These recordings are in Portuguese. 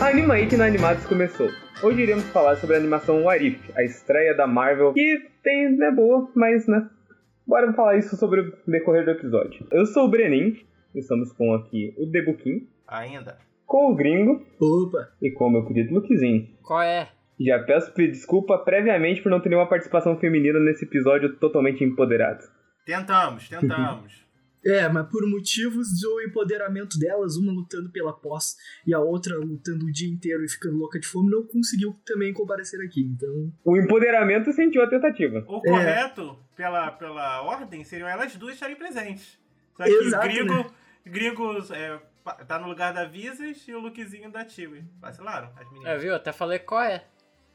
Animate na Animados começou. Hoje iremos falar sobre a animação What If, a estreia da Marvel, que tem, é boa, mas né. Bora falar isso sobre o decorrer do episódio. Eu sou o Brenin, estamos com aqui o Debuquim, Ainda. com o Gringo Opa! e com o meu querido Luquezinho. Qual é? Já peço pe- desculpa previamente por não ter nenhuma participação feminina nesse episódio totalmente empoderado. Tentamos, tentamos. É, mas por motivos do empoderamento delas, uma lutando pela pós e a outra lutando o dia inteiro e ficando louca de fome, não conseguiu também comparecer aqui. Então, O empoderamento sentiu a tentativa. O É. correto, pela, pela ordem, seriam elas duas estarem presentes. Só que Exato, né? o Gringo, Gringo é, pa- tá no lugar da Visas e o Lukezinho da Tiwi. Vacilaram as É, meninas. viu? Até falei qual é. Pra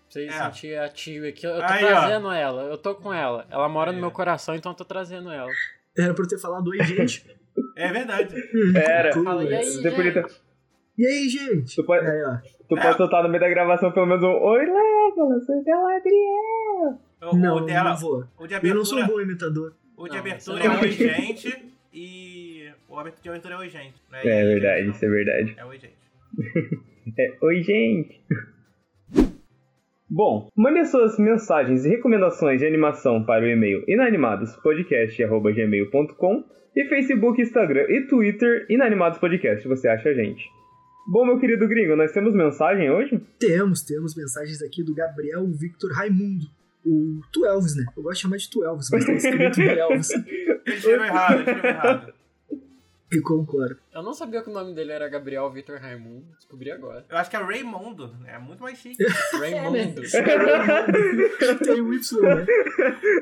vocês É. sentirem a tio aqui. Eu tô Aí, ó. trazendo ela, eu tô com ela. Ela mora É. no meu coração, então eu tô trazendo ela. era pra eu ter falado oi, gente. É, verdade. Era. Fala, e aí, Putz. Você podia ter- E aí, gente? Tu pode, Aí, ó. tu pode soltar no meio da gravação pelo menos um Oi, é Legolas, sou Galadriel. O, Não, o eu dela, não vou. o É de Eu não sou um abertura, bom imitador. o de Não, abertura é isso não. oi, gente. E o abertura de abertura é oi, gente. Não É "Ei, verdade, gente", isso é verdade. não. É oi, gente. É, Oi, gente! Bom, mande suas mensagens e recomendações de animação para o e-mail inanimadospodcast.gmail.com e Facebook, Instagram e Twitter Inanimados Podcast, você acha a gente. Bom, meu querido gringo, nós temos mensagem hoje? Temos, temos mensagens aqui do Gabriel Victor Raimundo. O Tu Elvis, né? Eu gosto de chamar de Tu Elvis, mas tá escrito de Elvis. Ele escreveu errado, ele escreveu errado. Eu concordo. Eu não sabia que o nome dele era Gabriel Vitor Raimundo, descobri agora. Eu acho que é Raimundo, é muito mais chique. Raimundo. Tem o Y, né?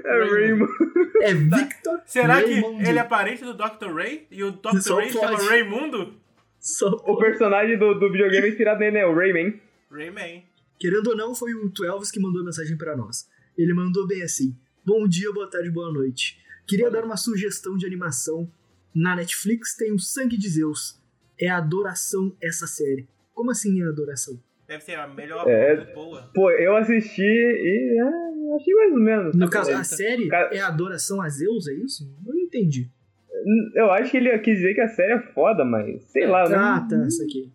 É Raymond. É Tá. Victor. Será que Raimundo. ele é parente do Dr. Ray? E o Dr. é um Só Ray chama pode. Raimundo? Só O personagem do, do videogame inspirado nele é o Rayman. Rayman. Querendo ou não, foi o Twelves que mandou a mensagem pra nós. Ele mandou bem assim: Bom dia, boa tarde, boa noite. Queria dar uma sugestão de animação. Na Netflix tem o Sangue de Zeus. É adoração essa série. Como assim é adoração? Deve ser a melhor É. muito boa. Pô, eu assisti e ah, achei mais ou menos. No caso, a Eita. série Cara- é adoração a Zeus, é isso? Eu não entendi. Eu acho que ele quis dizer que a série é foda, mas sei lá. Ah, não- tá, isso aqui.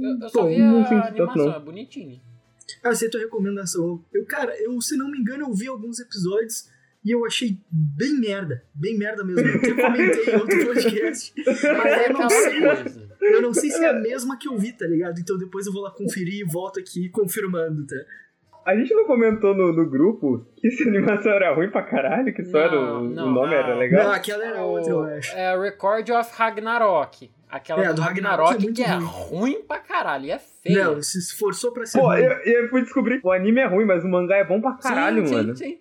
Eu, eu só Pô, vi não senti a tanto, animação, não. é bonitinho. Eu aceito a Ah, recomendação. Eu, cara, eu, se não me engano, eu vi alguns episódios e eu achei bem merda. Bem merda mesmo. Eu até comentei em outro podcast. Mas Mas é eu não sei aquela coisa. Eu não sei se é a mesma que eu vi, tá ligado? Então depois eu vou lá conferir e volto aqui confirmando, tá? A gente não comentou no, no grupo que essa animação era ruim pra caralho, que só era o, Não, não, o nome não. era Não, legal. Ah, aquela era outra, eu acho. É Record of Ragnarok. Aquela É, do, do Ragnarok é Ragnarok, muito que é ruim. ruim pra caralho, e é feia. Não, se esforçou pra ser. Pô, ruim. eu, eu fui descobrir que o anime é ruim, mas o mangá é bom pra Sim, caralho, sim, mano. Sim,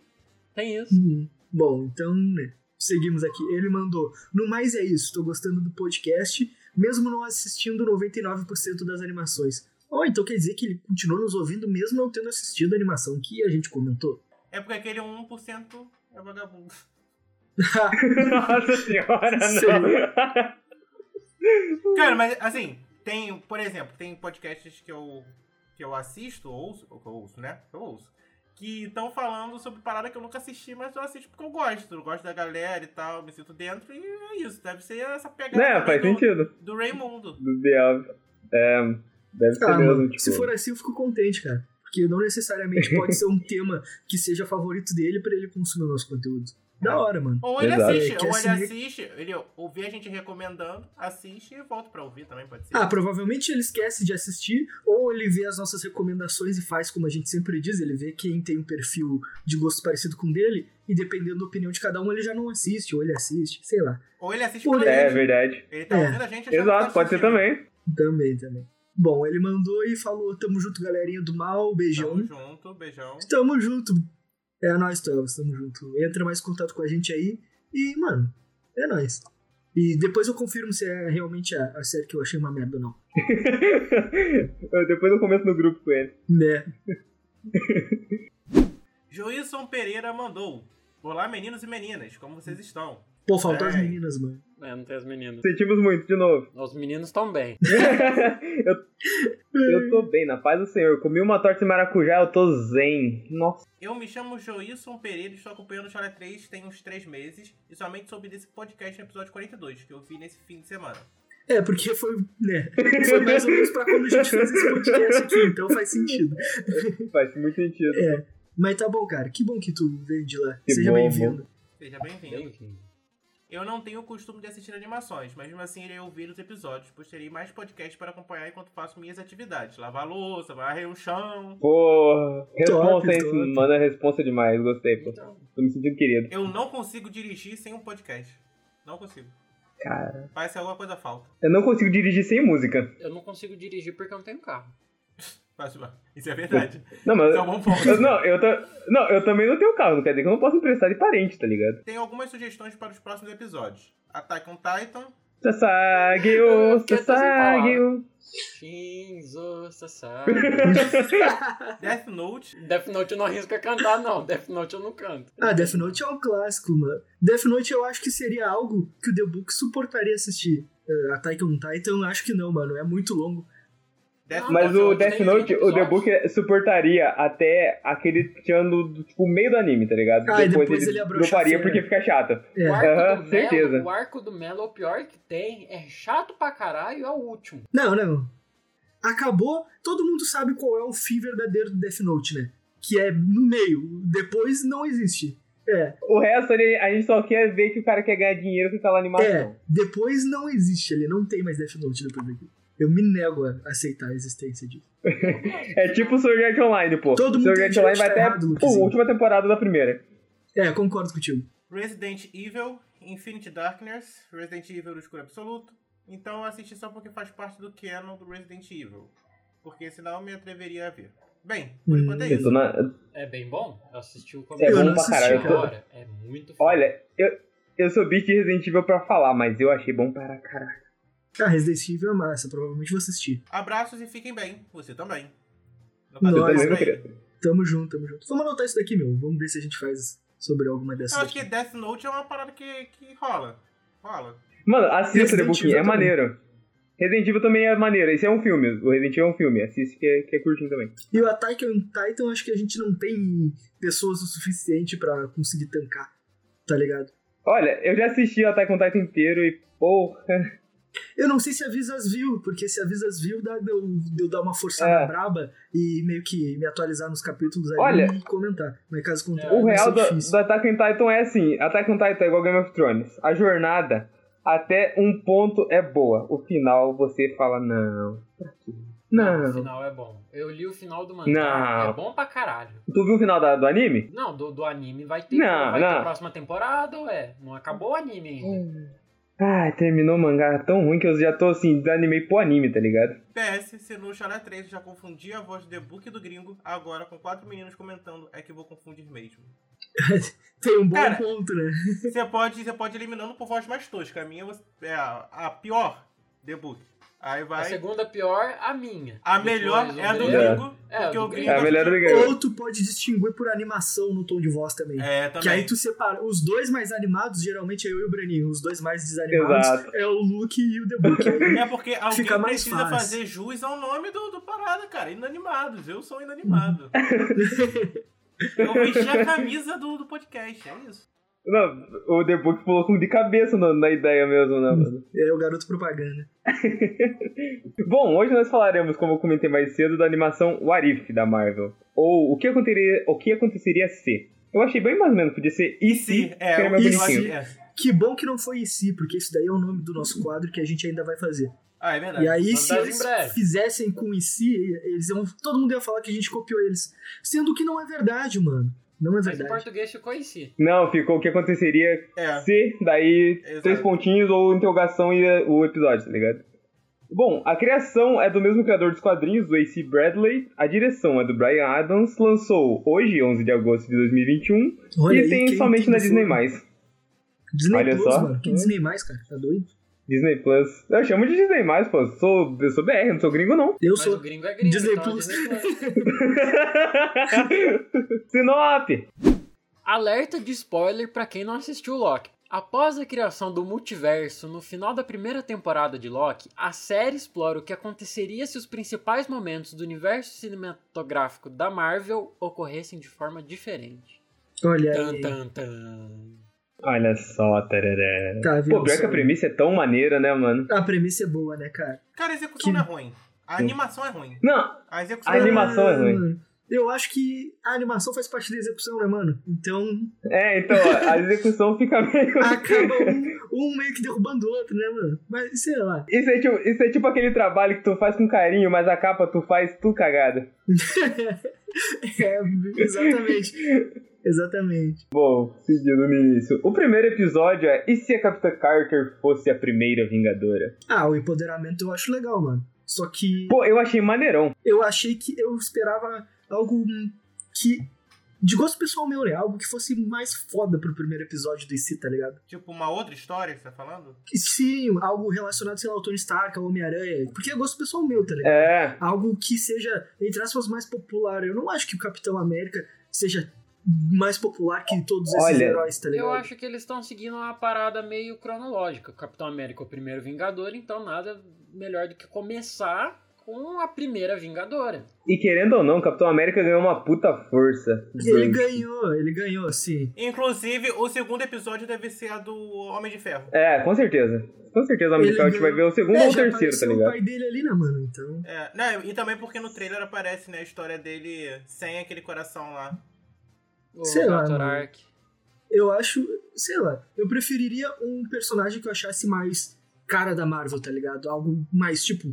Tem isso. Hum, Bom, então, né? Seguimos aqui. Ele mandou. No mais é isso, tô gostando do podcast, mesmo não assistindo 99% das animações. Oh, então quer dizer que ele continuou nos ouvindo mesmo não tendo assistido a animação que a gente comentou. É porque aquele 1% é vagabundo. Nossa senhora, não. Cara, mas assim, tem, por exemplo, tem podcasts que eu, que eu assisto, ouço, ou que eu ouço, né? Que Eu ouço. Que estão falando sobre parada que eu nunca assisti, mas eu assisto porque eu gosto. Eu gosto da galera e tal, me sinto dentro e é isso. Deve ser essa pegada né, também faz do, sentido. do Raimundo. Do The Elf. É, deve ser Ah, mesmo, mano, tipo. se for assim, eu fico contente, cara. Porque não necessariamente pode ser um tema que seja favorito dele pra ele consumir o nosso conteúdo. Ah. Da hora, mano. Ou ele Exato. assiste, É, que ou ele assim- assiste, ele ouve a gente recomendando, assiste e volta pra ouvir também, pode ser. Ah, provavelmente ele esquece de assistir, ou ele vê as nossas recomendações e faz como a gente sempre diz, ele vê quem tem um perfil de gosto parecido com o dele, e dependendo da opinião de cada um, ele já não assiste, ou ele assiste, sei lá. Ou ele assiste Por pela É gente. verdade. Ele tá É. ouvindo a gente achando que Exato, tá pode ser assistindo. também. Também, também. Bom, ele mandou e falou, tamo junto, galerinha do mal, beijão. Tamo junto, beijão. Tamo junto. É nóis, Tuelvis, tamo junto. Entra mais em contato com a gente aí, e, mano, é nóis. E depois eu confirmo se é realmente a, a série que eu achei uma merda ou não. Eu- Depois eu comento no grupo com ele. Né? Joilson Pereira mandou. Olá, meninos e meninas, como vocês estão? Pô, faltou as É. meninas, mano. É, não tem as meninas. Sentimos muito, de novo. Os meninos estão bem. Eu tô bem, na paz do Senhor. Comi uma torta de maracujá, eu tô zen. Nossa. Eu me chamo Joilson Pereira e estou acompanhando o Chalé 3 tem uns 3 meses e somente soube desse podcast no episódio 42, que eu vi nesse fim de semana. É, porque foi, né, foi mais ou menos pra quando a gente fez esse podcast aqui, então faz sentido. Faz muito sentido. É, mas tá bom, cara, que bom que tu veio de lá. Que Seja bom, bem-vindo. Seja bem-vindo. Eu não tenho o costume de assistir animações, mas mesmo assim irei ouvir os episódios, pois terei mais podcasts para acompanhar enquanto faço minhas atividades. Lavar a louça, varrer o chão. Porra, responsa, hein? top. Mano, é responsa demais, gostei, pô. Então, Tô me sentindo querido. Eu não consigo dirigir sem um podcast. Não consigo. Cara, Parece que alguma coisa falta. eu não consigo dirigir sem música. eu não consigo dirigir porque eu não tenho carro. Fácil, mano. Isso é verdade. Não, mas. Isso é um bom ponto. eu- não, eu ta- não, eu também não tenho carro, não quer dizer que eu não posso emprestar de parente, tá ligado? Tenho algumas sugestões para os próximos episódios. Attack on Titan, Sasageo, Quer dizer, falar. Sasageo. Shinzo Sasaki. Death Note. Death Note eu não arrisco a cantar, não. Death Note eu não canto. Ah, Death Note é um clássico, mano. Death Note eu acho que seria algo que o The Book suportaria assistir. Eh, Attack on Titan, eu acho que não, mano. É muito longo. Death Mas Nossa, o hoje Death tem Note, o The episódio. Book é- suportaria até aquele tirando do tipo, meio do anime, tá ligado? Ah, e depois ele né? não abrocha a faria cena. porque fica chato. O É. arco, Aham, do certeza. Melo, o arco do Melo é o pior que tem. É chato pra caralho, é o último. Não, não. Acabou, todo mundo sabe qual é o fim verdadeiro do Death Note, né? Que é no meio. Depois não existe. É, O resto ali, a gente só quer ver que o cara quer ganhar dinheiro com aquela animação. é. Depois não existe ali. Não tem mais Death Note depois daquilo. Eu me nego a aceitar a existência disso. É, tipo o Sword Art Online, pô. Todo mundo Sword Art entende Online que vai tá até errado, pô, Luquezinho. última temporada da primeira. É, concordo contigo. Resident Evil, Infinite Darkness, Resident Evil do Escuro Absoluto. Então eu assisti só porque faz parte do canon do Resident Evil. Porque senão eu me atreveria a ver. Bem, por Hum, enquanto é Eu tô isso. na- É bem bom? Eu assisti o É começo. Eu bom não pra assisti, caralho. Eu tô- Cara, é muito foda. Olha, eu, eu sou bicho de Resident Evil pra falar, mas eu achei bom para caralho. Ah, Resident Evil é massa. Provavelmente vou assistir. Abraços e fiquem bem. Você também. No Nós Eu também também. não isso aí. queria. Tamo junto, tamo junto. Vamos anotar isso daqui, meu. Vamos ver se a gente faz sobre alguma dessas. Eu acho daqui. que Death Note é uma parada que, que rola. Rola. Mano, assista Resident The Booking, Evil é também. maneiro. Resident Evil também é maneiro. Esse é um filme. O Resident Evil é um filme. Assiste que é, que é curtinho também. E o Attack on Titan, acho que a gente não tem pessoas o suficiente pra conseguir tancar, tá ligado? Olha, eu já assisti o Attack on Titan inteiro e, porra. Eu não sei se avisas viu, porque se avisas viu, dá de eu, de eu dar uma forçada É. braba e meio que me atualizar nos capítulos ali Olha- e comentar. Mas caso contrário, O vai real ser do, difícil. do Attack on Titan é assim: Attack on Titan é igual Game of Thrones. A jornada até um ponto é boa. O final você fala, não. pra quê? O Não. final é bom. Eu li o final do mangá. Não. É bom pra caralho. Tu viu o final da- do anime? Não, do, do anime vai ter. Não, vai não. ter próxima temporada, ué. Não acabou o anime Hum. ainda. Ai, terminou o mangá tão ruim que eu já tô assim, desanimei pro anime, tá ligado? PS, se no Chalé 3 já confundi a voz do The Book e do Gringo, agora com quatro meninos comentando, é que vou confundir mesmo. Tem um bom Cara- ponto, né? Você pode, você pode ir eliminando por voz mais tosca. A minha você- é a, a pior, The Book. Aí A vai. segunda pior, a minha. A é Depois melhor o é a do Grêmio. Gringo, É, porque do o Gringo. É a melhor do Game. Ou tu pode distinguir por animação no tom de voz também. É, também. Que aí tu separa. Os dois mais animados, geralmente é eu e o Breninho. Os dois mais desanimados Exato. é o Luke e o The Book. Aí É porque alguém Fica mais precisa fácil. fazer jus ao nome do, do parada, cara. Inanimados. Eu sou inanimado. Eu vesti a camisa do, do podcast, é isso. Não, o The Book pulou com de cabeça na, na ideia mesmo, né, mano? É o garoto propaganda. Bom, hoje nós falaremos, como eu comentei mais cedo, da animação What If da Marvel. Ou o que aconteceria, o que aconteceria se. Eu achei bem mais ou menos, podia ser e se, é, que era mais e eu bonitinho. acho- é. Que bom que não foi esse, porque isso daí é o nome do nosso quadro que a gente ainda vai fazer. Ah, é verdade. E aí, se Novidades eles em breve. fizessem com esse, eles iam, todo mundo ia falar que a gente copiou eles. Sendo que não é verdade, mano. Não é Mas em verdade. português ficou em si. Não, ficou o que aconteceria É. se, daí Exato. três pontinhos ou interrogação e eh, o episódio, tá ligado? Bom, a criação é do mesmo criador dos quadrinhos, o A.C. Bradley, a direção é do Brian Adams, lançou hoje, 11 de agosto de 2021, Olha e aí, tem quem somente na foi? Disney+. Mais. Disney Olha Plus, só. mano. Que Disney mais, cara? Tá doido? Disney Plus. Eu chamo de Disney Mais, pô. Eu sou, eu sou BR, não sou gringo, não. Eu Mas o sou. gringo é gringo. Disney então é Plus. Plus. Sinop! Alerta de spoiler pra quem não assistiu Loki. Após a criação do multiverso no final da primeira temporada de Loki, a série explora o que aconteceria se os principais momentos do universo cinematográfico da Marvel ocorressem de forma diferente. Olha Tan, aí. tan, tan. Olha só, tereré. Tá, viu? Pô, pior que a Só- premissa é tão maneira, né, mano? A premissa é boa, né, cara? Cara, a execução Que- não é ruim. A animação é ruim. Não, A execução A é ruim. anima- animação é ruim. Ah, mano, Eu acho que a animação faz parte da execução, né, mano? Então é, então, ó, a execução fica meio. acaba um, um meio que derrubando o outro, né, mano? Mas sei lá. Isso é, tipo, isso é tipo aquele trabalho que tu faz com carinho, mas a capa tu faz tudo cagada. É, exatamente. Exatamente. Bom, seguindo no início. O primeiro episódio é: e se a Capitã Carter fosse a primeira Vingadora? Ah, o empoderamento eu acho legal, mano. Só que Pô, eu achei maneirão. eu achei que eu esperava algo que. De gosto pessoal meu, né? Algo que fosse mais foda pro primeiro episódio do IC, tá ligado? Tipo, uma outra história que você tá falando? Sim, algo relacionado, sei lá, ao Tony Stark, ao Homem-Aranha. Porque é gosto pessoal meu, tá ligado? É, algo que seja, entre aspas, mais popular. Eu não acho que o Capitão América seja mais popular que todos esses Olha, heróis, tá ligado? Eu acho que eles estão seguindo uma parada meio cronológica. O Capitão América é o primeiro Vingador, então nada melhor do que começar com a primeira Vingadora. e querendo ou não, Capitão América ganhou uma puta força. Ele ganhou, ele ganhou, sim. Inclusive, o segundo episódio deve ser a do Homem de Ferro. É, com certeza. Com certeza, o Homem de Ele Ferro Então, a gente vai ganhou- ver o segundo É, ou o já terceiro, tá apareceu o ligado? pai dele ali, né, mano? Então. É, não, e também porque no trailer aparece, né, a história dele sem aquele coração lá. O Sei lá, Dr. mano. Ark. Eu acho, sei lá, eu preferiria um personagem que eu achasse mais cara da Marvel, tá ligado? Algo mais, tipo,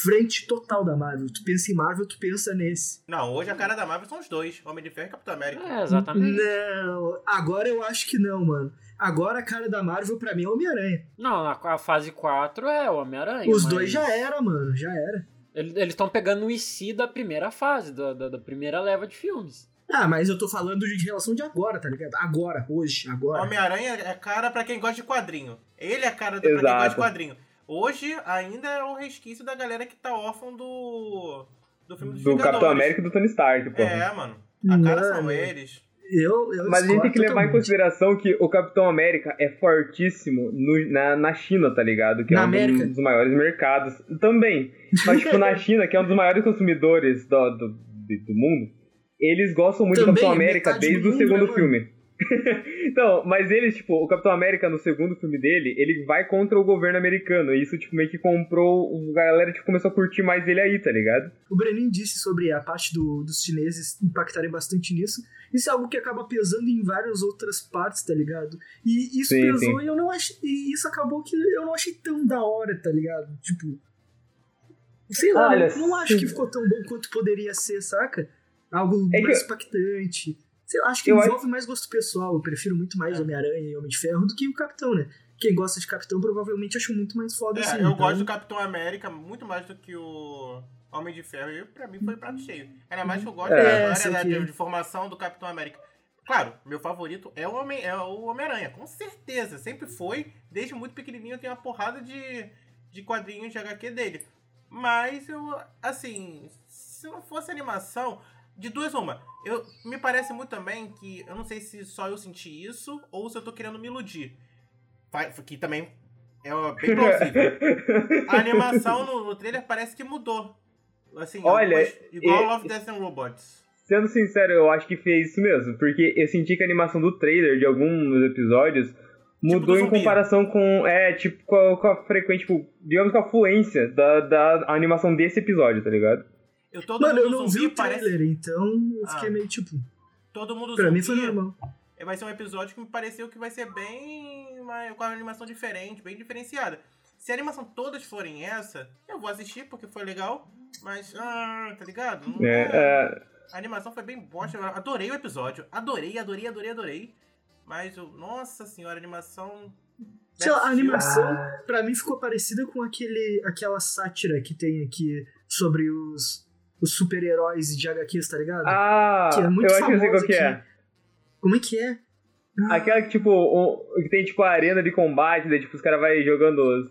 frente total da Marvel. Tu pensa em Marvel, tu pensa nesse. Não, hoje a cara da Marvel são os dois, Homem de Ferro e Capitão América. É, exatamente. Não, agora eu acho que não, mano. Agora a cara da Marvel pra mim é Homem-Aranha. Não, a, a fase 4 é o Homem-Aranha. Os mas dois já é. era, mano, já era. ele- Eles estão pegando o IC da primeira fase, da, da- da primeira leva de filmes. Ah, mas eu tô falando de de relação de agora, tá ligado? Agora, hoje, agora. Homem-Aranha é cara pra quem gosta de quadrinho. Ele é cara do, pra quem Exato. gosta de quadrinho. Hoje ainda é o resquício da galera que tá órfão do. do filme dos Do Vingadores. Capitão América e do Tony Stark, pô. É, mano. A cara são Mano. eles. Eu, eu Mas a gente tem discordo que levar em totalmente. consideração que o Capitão América é fortíssimo no- na, na China, tá ligado? Que Na é um América. dos maiores mercados. Também. Mas, tipo, na China, que é um dos maiores consumidores do, do, de- do mundo, eles gostam muito Também, do Capitão América metade desde do o mundo, segundo né, filme. então, mas eles, tipo, o Capitão América no segundo filme dele, ele vai contra o governo americano. E isso, tipo, meio que comprou. A galera tipo, começou a curtir mais ele aí, tá ligado? O Brenin disse sobre a parte do- dos chineses impactarem bastante nisso. Isso é algo que acaba pesando em várias outras partes, tá ligado? E isso Sim, pesou sim. e eu não achei. E isso acabou que eu não achei tão da hora, tá ligado? Tipo. Sei lá, Olha, eu não acho sim. que ficou tão bom quanto poderia ser, saca? Algo É que- mais impactante. Sei lá, acho que Eu É. envolve mais gosto pessoal. Eu prefiro muito mais Homem-Aranha e Homem de Ferro do que o Capitão, né? Quem gosta de Capitão provavelmente achou muito mais foda É, assim. eu então- gosto do Capitão América muito mais do que o Homem de Ferro. E pra mim foi Uhum. prato cheio. Ainda mais que eu gosto É, da essa história aqui. né, de, de formação do Capitão América. Claro, meu favorito é o Homem- é o Homem-Aranha, com certeza. Sempre foi. Desde muito pequenininho eu tenho uma porrada de, de quadrinhos de HQ dele. Mas eu, assim, se não fosse animação, de duas uma. Eu, me parece muito também que, eu não sei se só eu senti isso ou se eu tô querendo me iludir. Vai- Que também é bem plausível. A animação no, no trailer parece que mudou. Assim, Olha, algumas- igual e- Love, Death and Robots. Sendo sincero, eu acho que fez isso mesmo, porque eu senti que a animação do trailer de alguns episódios mudou do em zumbi. comparação com, é, tipo, com a, com a frequente, tipo, digamos com a fluência da, da animação desse episódio, tá ligado? Eu, todo Mano, eu mundo não vi zumbi o trailer, parece. então eu fiquei Ah. meio tipo. Todo mundo Pra zumbi. mim foi normal. é, Vai ser um episódio que me pareceu que vai ser bem. uma- com a animação diferente, bem diferenciada. Se a animação todas forem essa, eu vou assistir porque foi legal. Mas, ah, tá ligado? Não É, é, A animação foi bem bosta. eu Adorei o episódio. Adorei, adorei, adorei, adorei. Mas, eu- nossa senhora, a animação. é Sei lá, a Netflix. animação, pra mim, ficou parecida com aquele, aquela sátira que tem aqui sobre os, os super-heróis de HQs, tá ligado? ah, Que é muito eu acho que eu sei qual famosa que é. Como é que é? Ah, Aquela que, tipo, o- que tem, tipo, a arena de combate, daí, tipo, os caras vai jogando os,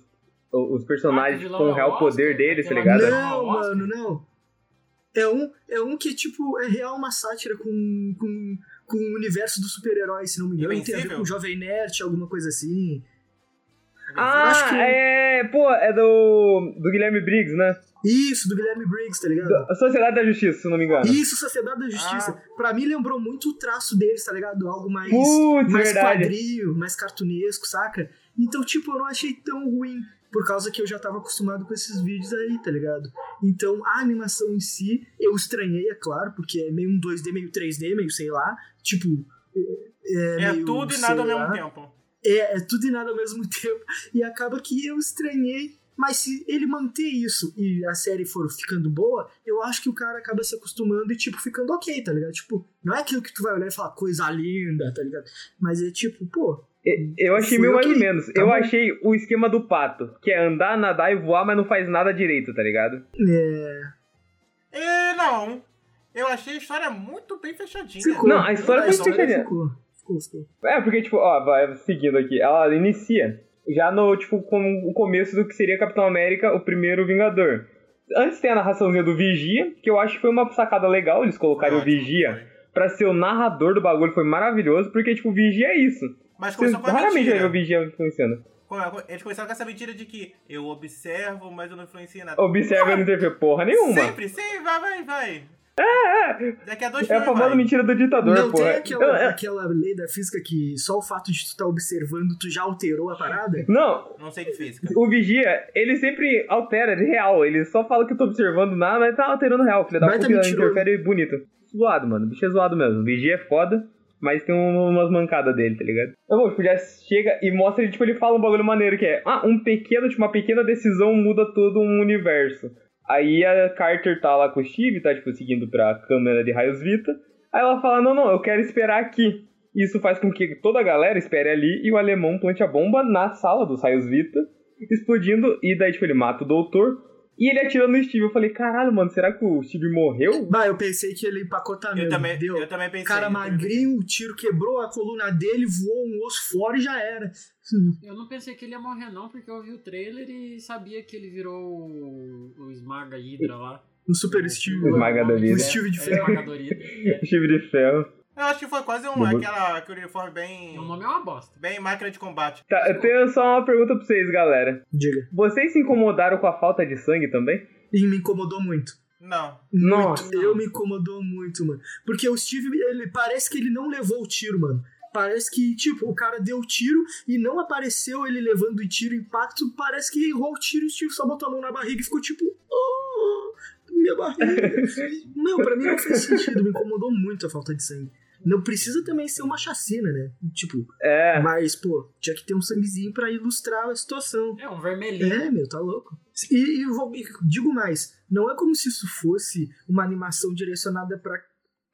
os personagens tipo, Ah, o vilão com o é real o poder Oscar, deles, tá aquela- ligado? Não, Oscar? mano, não. É um, é um que, tipo, é real uma sátira com, com, com o universo dos super-heróis, se não me engano. Tem a ver Invencível? com Jovem Nerd, alguma coisa assim. Ah, Acho que- é, É, pô, é do, do Guilherme Briggs, né? Isso, do Guilherme Briggs, tá ligado? A Sociedade da Justiça, se não me engano. Isso, Sociedade da Justiça. Ah. Pra mim lembrou muito o traço deles, tá ligado? Algo mais, Putz, mais verdade. quadril, mais cartunesco, saca? Então, tipo, eu não achei tão ruim, por causa que eu já tava acostumado com esses vídeos aí, tá ligado? Então, a animação em si, eu estranhei, é claro, porque é meio um 2D, meio 3D, meio sei lá. Tipo, é, É meio, tudo e sei nada ao mesmo lá. tempo. É, é tudo e nada ao mesmo tempo. E acaba que eu estranhei. Mas se ele manter isso e a série for ficando boa, eu acho que o cara acaba se acostumando e, tipo, ficando ok, tá ligado? Tipo, não é aquilo que tu vai olhar e falar, coisa linda, tá ligado? Mas é tipo, pô, E- Eu achei Fui meio eu mais ou que- menos. tá eu bom. achei o esquema do pato, que é andar, nadar e voar, mas não faz nada direito, tá ligado? É, não. Eu achei a história muito bem fechadinha. ficou. Não, a história foi diferente. Ficou, ficou, ficou. É, porque, tipo, ó, vai seguindo aqui. Ela inicia já no, tipo, com o começo do que seria Capitão América, o primeiro Vingador. Antes tem a narraçãozinha do Vigia, que eu acho que foi uma sacada legal eles colocarem o Ótimo, Vigia foi. pra ser o narrador do bagulho, foi maravilhoso, porque, tipo, o Vigia é isso. Mas Vocês começou com a raramente já mentira. viu o Vigia influenciando. Com- Eles começaram com essa mentira de que eu observo, mas eu não influencio em nada. Observa e não interfere porra nenhuma. Sempre, sempre, vai, vai, vai. É, é. Daqui a dois É a filmes famosa vai. mentira do ditador, Não porra. tem é. Eu- aquela, eu- aquela lei da física que só o fato de tu estar observando, tu já alterou a parada? Não, Não sei de física. O vigia, ele sempre altera de real. Ele só fala que eu tô observando nada, mas tá alterando real. Filho da Mas puta, tá ele mentiroso. interfere bonito. Zoado, mano. O bicho é zoado mesmo. O vigia é foda, mas tem um- umas mancadas dele, tá ligado? Então, bom, tipo, já chega e mostra, ele, tipo, ele fala um bagulho maneiro que é: Ah, um pequeno, tipo, uma pequena decisão muda todo um universo. Aí a Carter tá lá com o Steve, tá, tipo, seguindo pra câmera de raios Vita. Aí ela fala: Não, não, eu quero esperar aqui. Isso faz com que toda a galera espere ali e o alemão plante a bomba na sala dos raios Vita explodindo, e daí, tipo, ele mata o doutor e ele atira no Steve. Eu falei, caralho, mano, será que o Steve morreu? Bah, eu pensei que ele empacotar Eu mesmo. também, deu. eu também pensei. O cara eu também magrinho, o tiro quebrou a coluna dele, voou um osso fora e já era. Eu não pensei que ele ia morrer, não, porque eu vi o trailer e sabia que ele virou o, o Esmaga Hydra lá. Um super Steve. O esmagador É, Hydra. O Steve de é, ferro. esmagador Hydra. É. Steve de ferro. Eu acho que foi quase um, Uhum. aquela, aquele uniforme bem, um O nome é uma bosta. bem máquina de combate. Tá, eu tenho só uma pergunta pra vocês, galera. Diga. Vocês se incomodaram com a falta de sangue também? E me incomodou muito. Não. Muito. Nossa. Eu me incomodou muito, mano. Porque o Steve, ele parece que ele não levou o tiro, mano. Parece que, tipo, o cara deu o tiro e não apareceu ele levando o tiro, o impacto. Parece que errou o tiro e o Steve só botou a mão na barriga e ficou tipo. Oh, minha barriga. não, pra mim não fez sentido. Me incomodou muito a falta de sangue. Não precisa também ser uma chacina, né? Tipo, É. Mas, pô, tinha que ter um sanguezinho pra ilustrar a situação. É um vermelhinho. É, meu, tá louco. E, e vou- e digo mais, não é como se isso fosse uma animação direcionada pra,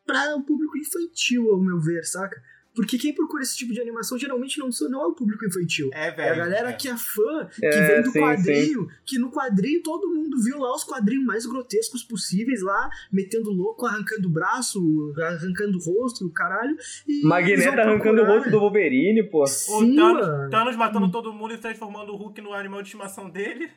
pra um público infantil, ao meu ver, saca? Porque quem procura esse tipo de animação geralmente não, sou- não é o público infantil. É, É a velho. galera é. que é fã, que É, vem do sim, quadrinho, que no quadrinho todo mundo viu lá os quadrinhos mais grotescos possíveis lá, metendo louco, arrancando o braço, arrancando o rosto, caralho. E eles Magneto vão arrancando o procurar, né? rosto do Wolverine, pô. O Sim, Thanos, mano. tá Thanos matando todo mundo e transformando o Hulk no animal de estimação dele.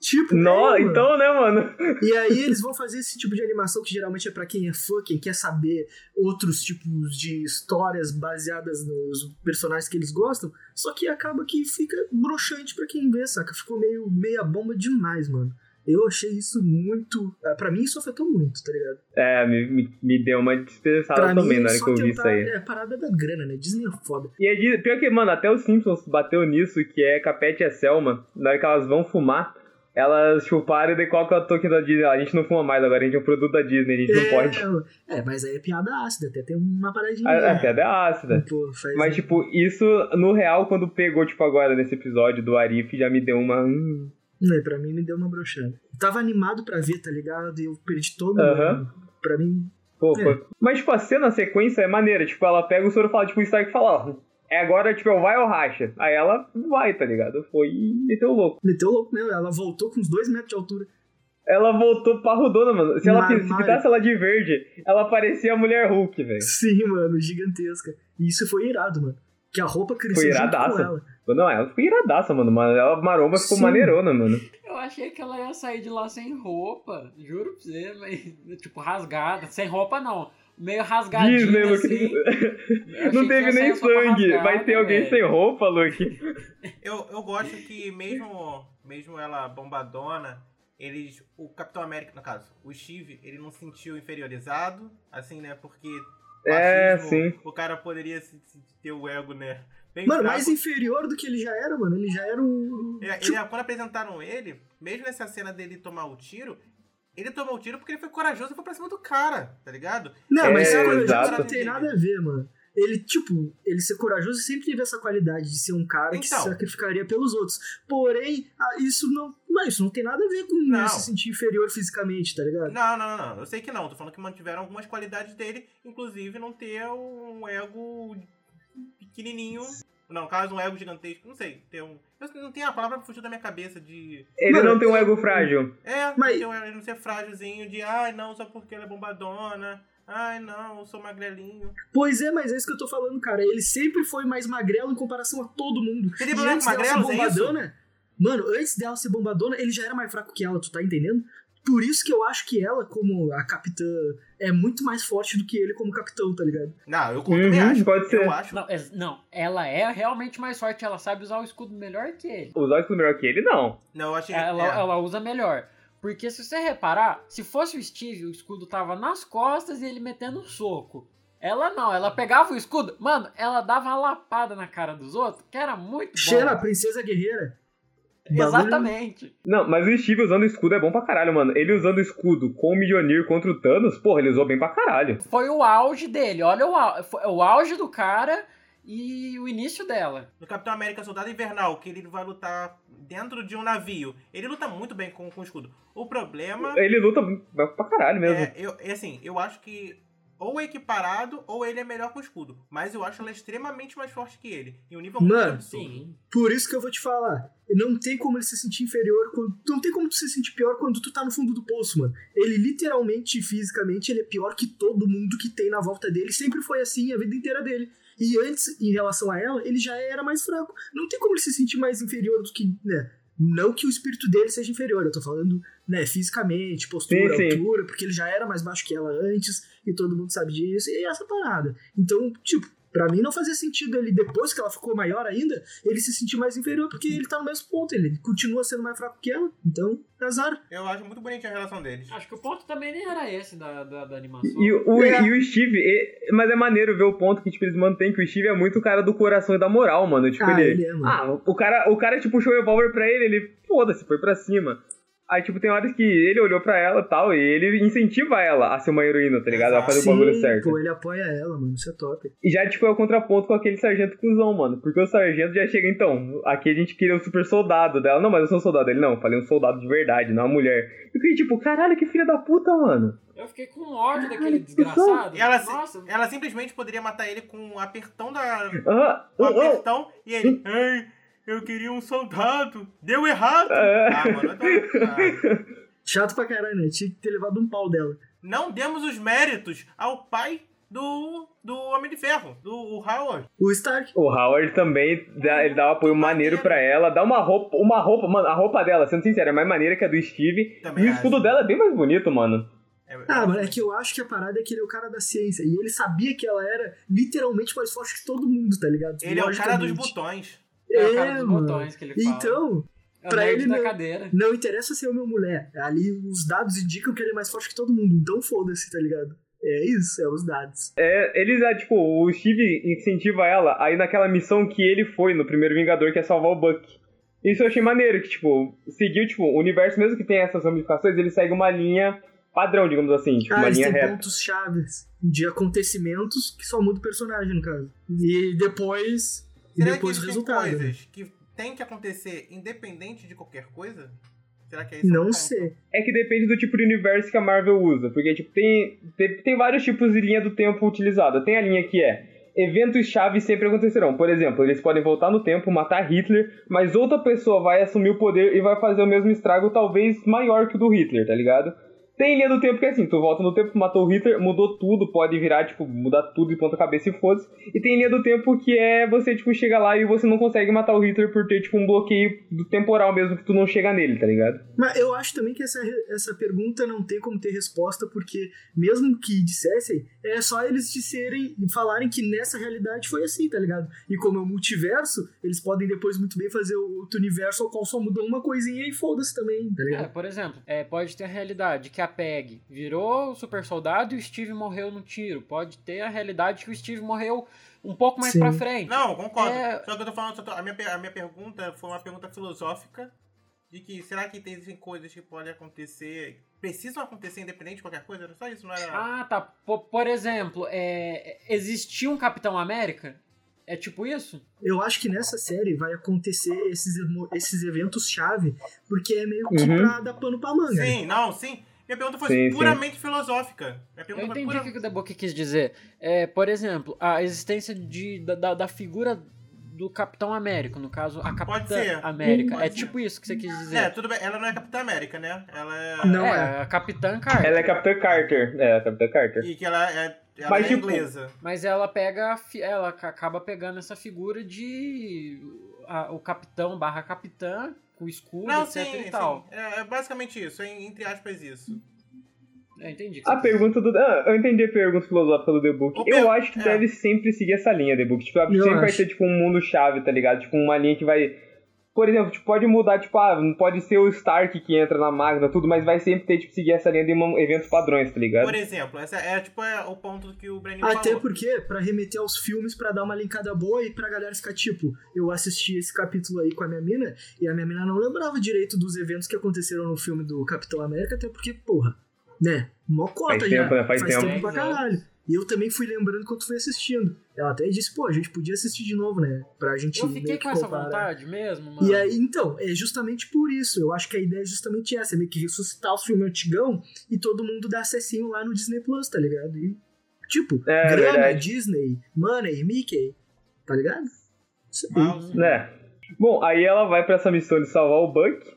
Tipo, Nó, é, mano. então, né, mano? E aí eles vão fazer esse tipo de animação que geralmente é pra quem é fã, quem quer saber outros tipos de histórias baseadas nos personagens que eles gostam, só que acaba que fica broxante pra quem vê, saca? Ficou meio meia bomba demais, mano. Eu achei isso muito. ah, Pra mim, isso afetou muito, tá ligado? É, me, me, me deu uma dispensada pra também mim, na hora só que Tá, eu vi isso tentar- aí. É, parada da grana, né? Disney é foda. E é de- pior que, mano, até os Simpsons bateu nisso, que é Capete e a Selma, na hora que elas vão fumar, elas chuparam e daí colocam a token da Disney. A gente não fuma mais agora, a gente é um produto da Disney, a gente não pode. É, mas aí é piada ácida, até tem uma paradinha. A, a né? piada é ácida. Pô, faz- Mas, tipo, isso, no real, quando pegou, tipo, agora nesse episódio do Arif, já me deu uma. hum. É, pra mim me deu uma brochada. Tava animado pra ver, tá ligado? E eu perdi todo Aham. mundo. Pra mim. Pô, É. foi- Mas, tipo, a cena, a sequência é maneira. Tipo, ela pega o soro e fala, tipo, o Stark fala, ó. É agora, tipo, eu vai ou racha? Aí ela vai, tá ligado? Foi e meteu o louco. Meteu louco mesmo. Ela voltou com uns dois metros de altura. Ela voltou parrudona, mano. Se ela Mas, se Mário- pintasse ela de verde, ela parecia a mulher Hulk, velho. Sim, mano, gigantesca. E isso foi irado, mano. Que a roupa Foi cresceu junto iradaça. com ela. Tipo, Não, ela ficou iradaça, mano. Mas ela maromba ficou Sim. maneirona, mano. Eu achei que ela ia sair de lá sem roupa, juro pra você, mas, tipo, rasgada. Sem roupa não, meio rasgadinha Diz mesmo assim. que- Eu achei Não que teve tinha nem saído só pra sangue. rasgar, Vai ter né, alguém velho? sem roupa, Luke. Eu, eu gosto que mesmo, mesmo ela bombadona, eles. O Capitão América, no caso, o Steve, ele não se sentiu inferiorizado, assim, né? Porque. É, machismo, sim. O cara poderia se- se- ter o ego, né? Bem Mano, fraco. mais inferior do que ele já era, mano. Ele já era um. É, ele- tipo quando apresentaram ele, mesmo nessa cena dele tomar o tiro, ele tomou o tiro porque ele foi corajoso e foi pra cima do cara, tá ligado? Não, mas É, ser corajoso exato. não tem nada a ver, mano. Ele, tipo, ele ser corajoso sempre teve essa qualidade de ser um cara que se Então. sacrificaria pelos outros. Porém, ah, isso não. Mas isso não tem nada a ver com Não. se sentir inferior fisicamente, tá ligado? Não, não, não, não. Eu sei que não. Tô falando que mantiveram algumas qualidades dele, inclusive não ter um ego pequenininho. Não, caso um ego gigantesco, não sei. Ter um... eu não tem a palavra pra fugir da minha cabeça de. Ele Mano, não tem um ego frágil. É, Mas- ter um ego, não ser frágilzinho, de ai não, só porque ela é bombadona. Ai não, eu sou magrelinho. Pois é, mas é isso que eu tô falando, cara. Ele sempre foi mais magrelo em comparação a todo mundo. Ele é E problema antes com dela ser magrelos, é isso? bombadona. Mano, antes dela ser bombadona, ele já era mais fraco que ela, tu tá entendendo? Por isso que eu acho que ela, como a capitã, é muito mais forte do que ele como capitão, tá ligado? Não, eu também Uhum, acho. pode ser. Eu acho. Não, é- não, ela é realmente mais forte, ela sabe usar o escudo melhor que ele. Os olhos são melhor que ele, não. Não, eu achei. Ela, é. ela usa melhor. Porque se você reparar, se fosse o Steve, o escudo tava nas costas e ele metendo um soco. Ela não, ela pegava o escudo, mano, ela dava uma lapada na cara dos outros, que era muito bom. Xena, princesa guerreira. né? Bagulho- Exatamente. Não, mas o Steve usando escudo é bom pra caralho, mano. Ele usando escudo com o Mjolnir contra o Thanos, porra, ele usou bem pra caralho. Foi o auge dele, olha o, au- foi o auge do cara e o início dela. No Capitão América Soldado Invernal, que ele vai lutar dentro de um navio. Ele luta muito bem com, com o escudo. O problema Ele luta pra caralho mesmo. é, eu, é assim, eu acho que ou é equiparado ou ele é melhor com o escudo. Mas eu acho ela extremamente mais forte que ele. E o nível muito Mano, absurdo. Por isso que eu vou te falar. Não tem como ele se sentir inferior. Quando, não tem como tu se sentir pior quando tu tá no fundo do poço, mano. Ele literalmente, fisicamente, ele é pior que todo mundo que tem na volta dele. Sempre foi assim a vida inteira dele. E antes, em relação a ela, ele já era mais fraco. Não tem como ele se sentir mais inferior do que. Né? Não que o espírito dele seja inferior, eu tô falando, né, fisicamente, postura, Sim, sim. altura, porque ele já era mais baixo que ela antes, e todo mundo sabe disso, e essa parada. Então, tipo, pra mim não fazia sentido ele, depois que ela ficou maior ainda, ele se sentir mais inferior, porque ele tá no mesmo ponto, ele continua sendo mais fraco que ela, então, azar. Eu acho muito bonitinha a relação deles. Acho que o ponto também nem era esse da, da, da animação. E o, É. e o Steve, e- mas é maneiro ver o ponto que tipo, eles mantêm que o Steve é muito o cara do coração e da moral, mano. Tipo, Ah, ele, ele é, mano. Ah, o cara, o cara, tipo, puxou o revólver pra ele, ele, foda-se, foi pra cima. Aí, tipo, tem horas que ele olhou pra ela e tal, e ele incentiva ela a ser uma heroína, tá ligado? A fazer Sim, o bagulho certo. pô, ele apoia ela, mano, isso é top. E já, tipo, é o contraponto com aquele sargento cuzão, mano. Porque o sargento já chega, então, aqui a gente queria um super soldado dela. Não, mas eu sou um soldado. Ele, não, falei um soldado de verdade, não uma mulher. Eu fiquei, tipo, caralho, que filha da puta, mano. Eu fiquei com ódio daquele Ai, desgraçado. E ela se- Nossa, Ela simplesmente poderia matar ele com um apertão da. Ah, Um Oh, ah, ah. apertão e ele. Ei, eu queria um soldado! Deu errado! É. Ah, mano, eu tô... ah. Chato pra caralho, né? Tinha que ter levado um pau dela. Não demos os méritos ao pai do. do Homem de Ferro, do o Howard. O Stark, O Howard também dá, ele dá um apoio maneiro pra ela, dá uma roupa, uma roupa, mano, a roupa dela, sendo sincero, é mais maneira que a do Steve. Também e o escudo acho. dela é bem mais bonito, mano. É, Ah, mano, é que eu acho que a parada é que ele é o cara da ciência. E ele sabia que ela era literalmente mais forte que todo mundo, tá ligado? Ele é o cara dos Logicamente. botões. é o cara dos mano. botões que ele fala. Então, é o pra nerd ele da não- cadeira. não interessa ser o meu mulher. Ali os dados indicam que ele é mais forte que todo mundo. Então foda-se, tá ligado? É isso, é os dados. É, eles, é, tipo, o Steve incentiva ela aí naquela missão que ele foi no primeiro Vingador, que é salvar o Buck. Isso eu achei maneiro, que, tipo, seguiu, tipo, o universo, mesmo que tenha essas ramificações, ele segue uma linha padrão, digamos assim, tipo, Ah, uma eles linha têm reta. pontos chaves de acontecimentos que só muda o personagem, no caso. E depois. E Será depois que existem o resultado. né? coisas que tem que acontecer independente de qualquer coisa? Será que é isso? Não sei. É que depende do tipo de universo que a Marvel usa, porque tipo, tem, tem, tem vários tipos de linha do tempo utilizada. Tem a linha que é eventos chave sempre acontecerão. Por exemplo, eles podem voltar no tempo, matar Hitler, mas outra pessoa vai assumir o poder e vai fazer o mesmo estrago, talvez maior que o do Hitler, tá ligado? Tem linha do tempo que é assim, tu volta no tempo, matou o Hitler, mudou tudo, pode virar, tipo, mudar tudo de ponta cabeça e foda-se. E tem linha do tempo que é você, tipo, chega lá e você não consegue matar o Hitler por ter, tipo, um bloqueio do temporal mesmo que tu não chega nele, tá ligado? Mas eu acho também que essa, essa pergunta não tem como ter resposta, porque mesmo que dissessem, é só eles disserem falarem que nessa realidade foi assim, tá ligado? E como é um multiverso, eles podem depois muito bem fazer outro universo ao qual só mudou uma coisinha e foda-se também, tá É, ligado? por exemplo, é, pode ter a realidade que a Peg virou o super soldado e o Steve morreu no tiro. Pode ter a realidade que o Steve morreu um pouco mais Sim. pra frente. Não, concordo. É- Só que eu tô falando, só tô- a, minha, per- a minha pergunta foi uma pergunta filosófica de que será que tem coisas que podem acontecer, precisam acontecer independente de qualquer coisa? Era só isso, não era. Ah, tá. Po- por exemplo, é, existia um Capitão América? É tipo isso? Eu acho que nessa série vai acontecer esses, emo- esses eventos-chave, porque é meio que Uhum. pra dar pano pra manga. né? sim, não, sim. Minha pergunta foi Sim, sim. puramente filosófica. Minha Eu pergunta foi entendi pura... o que que o Deboki quis dizer. É, por exemplo, a existência de, da, da- da figura do Capitão América, no caso, a Capitã ser. América. Pode é ser. tipo isso que você quis dizer. É, tudo bem. Ela não é Capitã América, né? Ela é. Não é. é, a Capitã Carter. Ela é Capitã Carter. É, Capitã Carter. E que ela é, ela Mas, é tipo, inglesa. Mas ela pega, a fi- ela ca- acaba pegando essa figura de a- o capitão barra capitã, com o escudo, Não, etc sim, e tal. sim. É, é basicamente isso. É, entre aspas, isso. Eu entendi. o que A você pergunta do. Ah, eu entendi a pergunta filosófica do The Book. Ô, Pedro, Eu acho que é. deve sempre seguir essa linha, The Book. Tipo, Eu sempre vai acho. ter, tipo, um mundo-chave, tá ligado? Tipo, uma linha que vai. Por exemplo, tipo, pode mudar, tipo, ah, não pode ser o Stark que entra na máquina, tudo, mas vai sempre ter, tipo, seguir essa linha de uma- eventos padrões, tá ligado? Por exemplo, essa é tipo é o ponto que o Breninho Até falou. porque, pra remeter aos filmes, pra dar uma linkada boa e pra galera ficar tipo, eu assisti esse capítulo aí com a minha mina, e a minha mina não lembrava direito dos eventos que aconteceram no filme do Capitão América, até porque, porra, né? Mó cota Faz já. tempo, né? Faz tempo. pra caralho. E eu também fui lembrando enquanto fui assistindo. Ela até disse, pô, a gente podia assistir de novo, né? Pra gente Eu meio fiquei que com essa comparar. vontade mesmo, mano. E aí, então, é justamente por isso. Eu acho que a ideia é justamente essa: é meio que ressuscitar os filmes antigão e todo mundo dá acessinho lá no Disney Plus, tá ligado? E, tipo, É, grana, verdade. Disney, Money, Mickey, tá ligado? Isso aí. Mouse. Né? Bom, aí ela vai pra essa missão de salvar o Buck,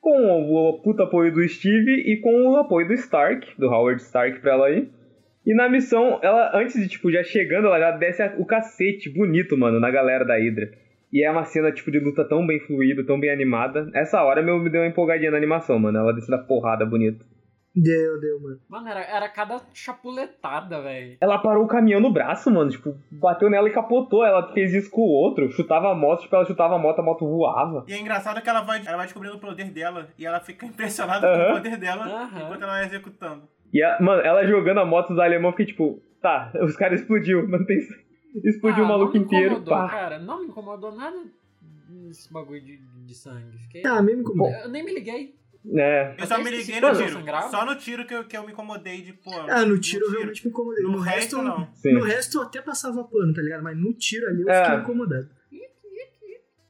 com o, o puta apoio do Steve e com o apoio do Stark, do Howard Stark pra ela aí. E na missão, ela, antes de, tipo, já chegando, ela já desce a- o cacete bonito, mano, na galera da Hydra. E é uma cena, tipo, de luta tão bem fluida, tão bem animada. Essa hora meu, me deu uma empolgadinha na animação, mano. Ela desceu da porrada bonita. Deu, deu, mano. Mano, era, era cada chapuletada, velho. Ela parou o caminhão no braço, mano. Tipo, bateu nela e capotou. Ela fez isso com o outro. Chutava a moto, tipo, ela chutava a moto, a moto voava. E é engraçado que ela vai, ela vai descobrindo o poder dela e ela fica impressionada com Aham. o poder dela Aham. enquanto ela vai executando. E, ela- mano, ela jogando a moto do alemão, eu fiquei tipo, tá, os caras explodiu, não tem... Explodiu Ah, o um maluco não me inteiro, incomodou, pá. cara. Não me incomodou nada esse bagulho de, de sangue. Fiquei... Tá, mesmo como. Bom. Eu nem me liguei. É. Eu só Até me esqueci liguei que no ela tiro. sangrava. Só no tiro que eu, que eu me incomodei de, pô. Ah, no tiro eu realmente me incomodei. No, No resto, resto, não. Sim. no resto eu até passava pano, tá ligado? Mas no tiro ali eu É. fiquei incomodado.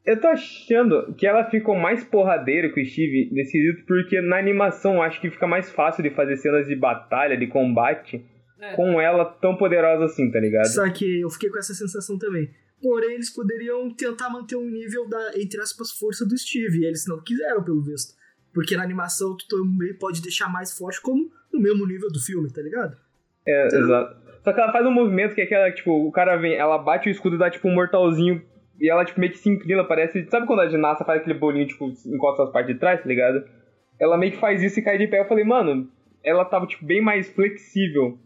Eu tô achando que ela ficou mais porradeira que o Steve nesse quesito, porque na animação eu acho que fica mais fácil de fazer cenas de batalha, de combate, É. com ela tão poderosa assim, tá ligado? Só que eu fiquei com essa sensação também. Porém, eles poderiam tentar manter um nível da, entre aspas, força do Steve. E eles não quiseram, pelo visto. Porque na animação tu também pode deixar mais forte como no mesmo nível do filme, tá ligado? É, exato. Só que ela faz um movimento que é aquela, tipo, o cara vem, ela bate o escudo e dá, tipo, um mortalzinho, e ela, tipo, meio que se inclina, parece... Sabe quando a ginasta faz aquele bolinho, tipo, encosta as partes de trás, tá ligado? Ela meio que faz isso e cai de pé. Eu falei, mano, ela tava, tipo, bem mais flexível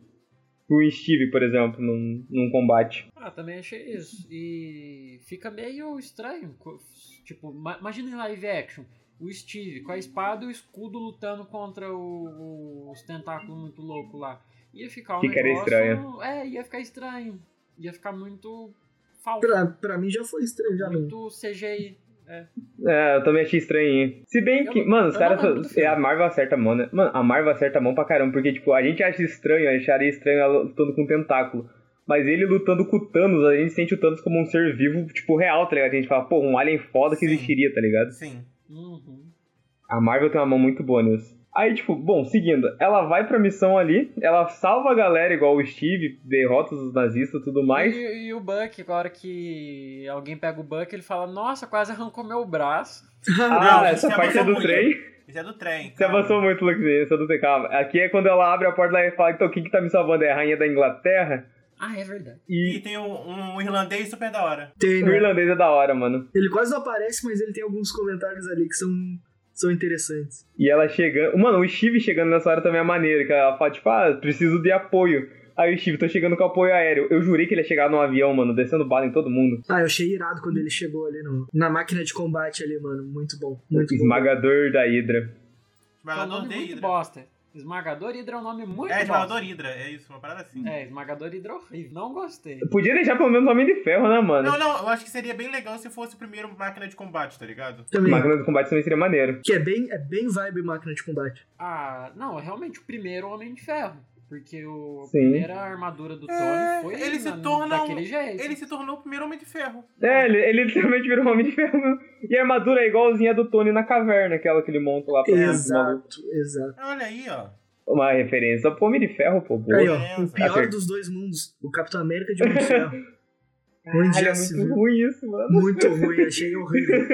que o Steve, por exemplo, num, num combate. Ah, também achei isso. E fica meio estranho. co- Tipo, ma- imagina em live action. O Steve com a espada e o escudo lutando contra o- os tentáculos muito loucos lá. Ia ficar um Ficaria negócio... estranho. É, ia ficar estranho. Ia ficar muito falso. Pra, pra mim já foi estranho, já não. Muito CGI. É, eu também achei estranho. hein? Se bem Eu que, não- mano, os eu caras. não lembro do é, filme. A Marvel acerta a mão, né? Mano, a Marvel acerta a mão pra caramba, porque, tipo, a gente acha estranho, acharia estranho ela lutando com um tentáculo. Mas ele lutando com o Thanos, a gente sente o Thanos como um ser vivo, tipo, real, tá ligado? A gente fala, pô, um alien foda que Sim. existiria, tá ligado? Sim. Uhum. A Marvel tem uma mão muito boa nisso. Aí, tipo, bom, seguindo, ela vai pra missão ali, ela salva a galera igual o Steve, derrota os nazistas e tudo mais. E, e o Buck, agora que alguém pega o Buck, ele fala, nossa, quase arrancou meu braço. Ah, Não, essa isso é parte é do muito trem. Isso Isso é do trem. Você avançou muito, Luxinho, você não tem calma. Aqui é quando ela abre a porta lá e fala, então quem que tá me salvando? É a rainha da Inglaterra? Ah, é verdade. E tem um, um irlandês super da hora. Tem, O né? irlandês é da hora, mano. Ele quase não aparece, mas ele tem alguns comentários ali que são, são interessantes. E ela chegando. Mano, o Steve chegando nessa hora também é maneiro, que ela fala, tipo, ah, preciso de apoio. Aí o Steve, tô chegando com apoio aéreo. Eu jurei que ele ia chegar num avião, mano, descendo bala em todo mundo. Ah, eu achei irado quando ele chegou ali no, na máquina de combate ali, mano. Muito bom. Muito bom. Esmagador da Hydra. É um Esmagador nome de muito Hydra. bosta. Esmagador Hidra é um nome muito É, bosta. esmagador Hydra, é isso, uma parada assim. É, Esmagador Hidra é horrível. Não gostei. Podia deixar pelo menos Homem de Ferro, né, mano? Não, não, eu acho que seria bem legal se fosse o primeiro máquina de combate, tá ligado? Também. Máquina do combate também seria maneiro. Que é bem, é bem vibe máquina de combate. Ah, não, é realmente o primeiro Homem de Ferro. Porque o, a Sim. primeira armadura do Tony É, foi ele se na- torna daquele um- jeito. Ele se tornou o primeiro homem de ferro. É, ele, ele literalmente virou um Homem de Ferro. mesmo. E a armadura é igualzinha a do Tony na caverna, aquela que ele monta lá pra Uma, Exato, exato. Olha aí, ó. uma referência pro Homem de Ferro, pô. Boa. Aí, ó, Beleza. o pior Acerto. dos dois mundos. O Capitão América de Homem de Ferro. Onde Caralho, já é se muito viu? ruim isso, mano. Muito ruim, achei horrível.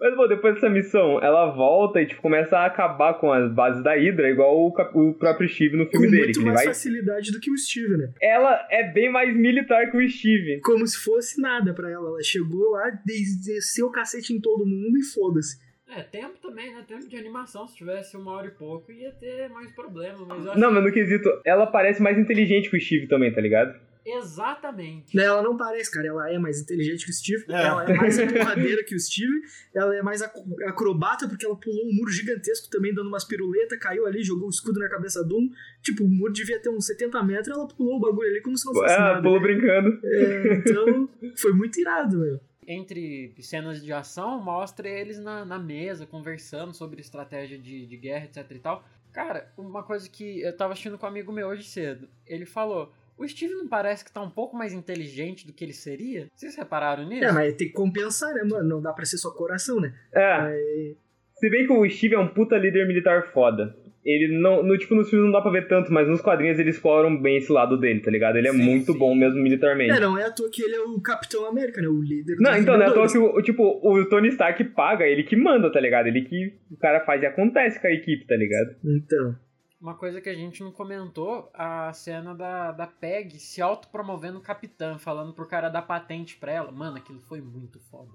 Mas, bom, depois dessa missão, ela volta e, tipo, começa a acabar com as bases da Hydra, igual o, cap- o próprio Steve no Com filme dele. Que muito ele mais vai... facilidade do que o Steve, né? Ela é bem mais militar que o Steve. Como se fosse nada pra ela. Ela chegou lá, des- desceu o cacete em todo mundo e foda-se. É, tempo também, né? Tempo de animação, se tivesse uma hora e pouco, ia ter mais problema. Mas eu acho Não, mas no quesito, ela parece mais inteligente que o Steve também, tá ligado? exatamente. Né, Ela não parece, cara. Ela é mais inteligente que o Steve. É. Ela é mais porradeira que o Steve. Ela é mais ac- acrobata porque ela pulou um muro gigantesco também, dando umas piruletas, caiu ali, jogou o escudo na cabeça de um. Tipo, o muro devia ter uns 70 metros. Ela pulou o bagulho ali como se não fosse Ah, nada. pulou brincando. É, então, foi muito irado, meu. Entre cenas de ação, mostra eles na, na mesa, conversando sobre estratégia de, de guerra, etc e tal. Cara, uma coisa que eu tava assistindo com um amigo meu hoje cedo. Ele falou, o Steve não parece que tá um pouco mais inteligente do que ele seria? Vocês repararam nisso? É, mas tem que compensar, né, mano? Não dá pra ser só coração, né? Ah, se bem que o Steve é um puta líder militar foda. Ele não. No, tipo, nos filmes não dá pra ver tanto, mas nos quadrinhos eles exploram bem esse lado dele, tá ligado? Ele é Sim, muito sim. bom mesmo militarmente. É, não é à toa que ele é o Capitão América, né? O líder Não, dos então, né? à toa Vingadores. que o, o, tipo, o Tony Stark paga, ele que manda, tá ligado? Ele que o cara faz e acontece com a equipe, tá ligado? Então, Uma coisa que a gente não comentou, a cena da, da Peg se autopromovendo capitã, falando pro cara dar patente pra ela. Mano, aquilo foi muito foda.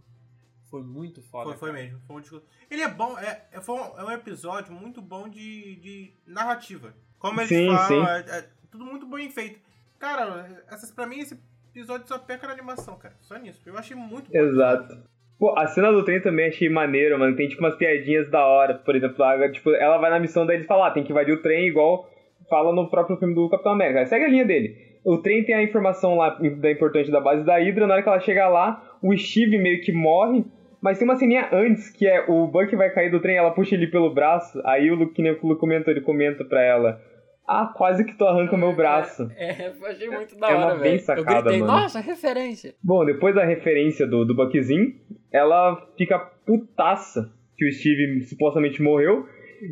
Foi muito foda. Foi, foi mesmo. Foi um discu- Ele é bom, é, é- foi um, é um episódio muito bom de, de narrativa. Como eles Sim, falam, sim. É, é tudo muito bem feito. Cara, essas, pra mim esse episódio só peca na animação, cara. Só nisso. Eu achei muito bom. Exato. Pô, a cena do trem também achei maneiro, mano. Tem, tipo, umas piadinhas da hora. Por exemplo, a, tipo, ela vai na missão daí eles falam, ah, tem que invadir o trem, igual fala no próprio filme do Capitão América. Segue a linha dele. O trem tem a informação lá da importante da base da Hydra. Na hora que ela chega lá, o Steve meio que morre. Mas tem uma ceninha antes, que é o Buck vai cair do trem, ela puxa ele pelo braço. Aí o Luke, que nem o Luke comentou, ele comenta pra ela: Ah, quase que tu arranca o meu braço. É, eu achei muito da É uma hora, bem velho. Eu sacada, gritei, mano. nossa, referência. Bom, depois da referência do, do Buckzinho, ela fica putaça que o Steve supostamente morreu.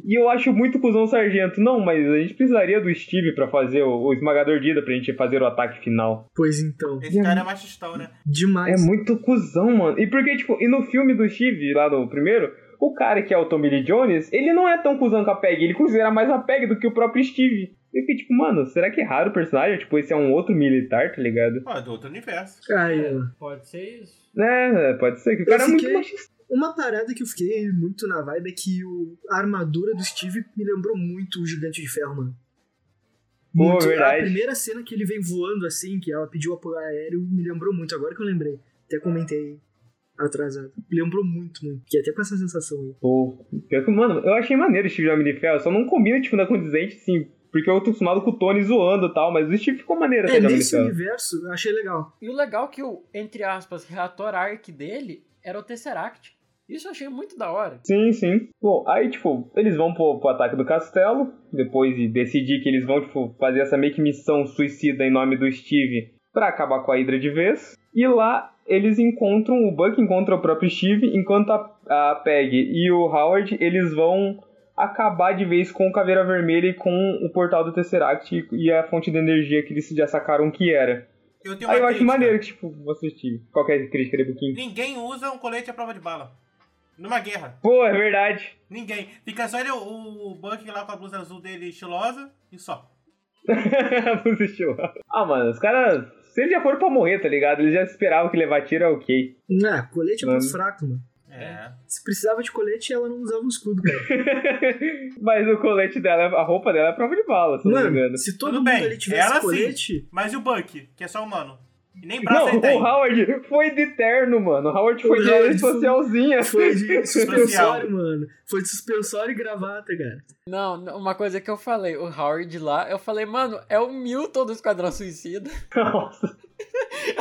E eu acho muito cuzão o sargento. Não, mas a gente precisaria do Steve pra fazer o, o esmagador de ida pra gente fazer o ataque final. pois então. Esse cara é machistão, né? É Demais. muito cuzão, mano. E porque, tipo, e no filme do Steve, lá no primeiro, o cara que é o Tommy Lee Jones, ele não é tão cuzão com a Peg. Ele considera mais a Peg do que o próprio Steve. E fiquei tipo, mano, será que é raro o personagem? Tipo, esse é um outro militar, tá ligado? Pô, é do outro universo. Aí, ó. Pode ser isso. É, pode ser que o cara é muito fiquei- machista. Uma parada que eu fiquei muito na vibe é que o, a armadura do Steve me lembrou muito o Gigante de Ferro, mano. Boa, Muito. verdade. A primeira cena que ele vem voando assim, que ela pediu apoio aéreo, me lembrou muito, agora que eu lembrei. Até comentei atrasado. Lembrou muito, muito. Fiquei até com essa sensação aí. Pô, pior que, mano, eu achei maneiro o Steve de Homem de Ferro, só não combina, tipo, na condizente, sim. Porque eu tô acostumado com o Tony zoando e tal, mas o Steve ficou maneiro até É, de Homem de nesse Ferro. universo, eu achei legal. E o legal é que o, entre aspas, reator arc dele era o Tesseract. Isso eu achei muito da hora. Sim, sim. Bom, aí, tipo, eles vão pro, pro ataque do castelo, depois de decidir que eles vão, tipo, fazer essa meio que missão suicida em nome do Steve pra acabar com a Hydra de vez. E lá eles encontram, o Buck encontra o próprio Steve, enquanto a, a Peg e o Howard, eles vão acabar de vez com o Caveira Vermelha e com o portal do Tesseract e a fonte de energia que eles já sacaram que era. Eu tenho Aí Ah, eu uma acho crítica. maneiro que, tipo, você, Steve, qualquer crítica de Buquinho. Ninguém usa um colete à prova de bala. Numa guerra. Pô, é verdade. Ninguém. Fica só ele, o, o Buck lá com a blusa azul dele estilosa e só. Não existiu. ah, mano, os caras. Se eles já foram pra morrer, tá ligado? Eles já esperavam que levar tiro é ok. Ah, colete é muito Mano. fraco, mano. É. Se precisava de colete, ela não usava um escudo, cara. Mas o colete dela, a roupa dela é prova de bala, se eu não me engano. Mano, se todo Tudo mundo bem, ali tivesse ela sim. colete, Mas e o Buck, que é só humano? E nem braço ele Não, tem. o Howard foi de terno, mano. O Howard foi O de Howard foi- socialzinha. foi Social. de suspensório, mano. Foi de suspensório e gravata, cara. Não, n- uma coisa que eu falei, o Howard lá, eu falei, mano, é o Milton do Esquadrão Suicida. Nossa.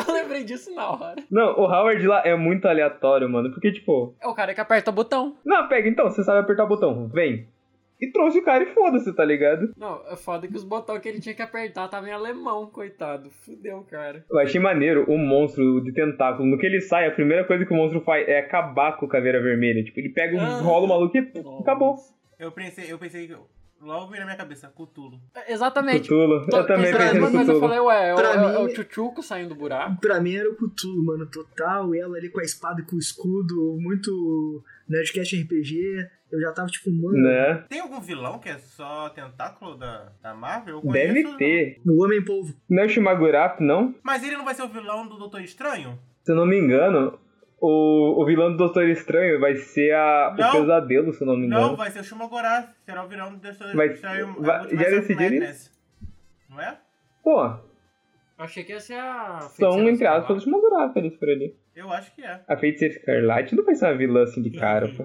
Eu lembrei disso na hora. Não, o Howard lá é muito aleatório, mano. Porque, tipo, É o cara que aperta o botão. não, pega então, você sabe apertar o botão, vem. E trouxe o cara e foda-se, tá ligado? Não, é foda que os botões que ele tinha que apertar tava em alemão, coitado. Fudeu, cara. Eu achei maneiro o monstro de tentáculo. No que ele sai, a primeira coisa que o monstro faz é acabar com o caveira vermelha. Tipo, ele pega um Ah. rolo maluco e acabou. Eu pensei, eu pensei que. Logo veio na minha cabeça, Cutulo. É, Exatamente. Tutulo. Tô- Eu também pensei, pensei mas no eu Tutulo. falei, ué, é o, Pra é, o- é mim- o Chuchuco saindo do buraco. Pra mim era o Cthulhu, mano, total. Ela ali com a espada e com o escudo, muito Nerdcast RPG. Eu já tava tipo, mano, Né? Tem algum vilão que é só tentáculo da, da Marvel? Eu Deve conheço- ter. o Homem-Polvo. Não é o Shimagurap, não? Mas ele não vai ser o vilão do Doutor Estranho? Se eu não me engano, o, o vilão do Doutor Estranho vai ser a, Não. o pesadelo, se eu não me engano. Não, vai ser o Shumagorá. Será o vilão do Doutor Vai- Estranho. vai- a Multiverse já of decidiram Madness. Não é? Pô, Eu achei que ia ser a. são, Feiticeira entre aspas, Escarlate. os Mogurafes por ali. Eu acho que é. A feiticeira escarlate não vai ser uma vilã assim de cara, pô.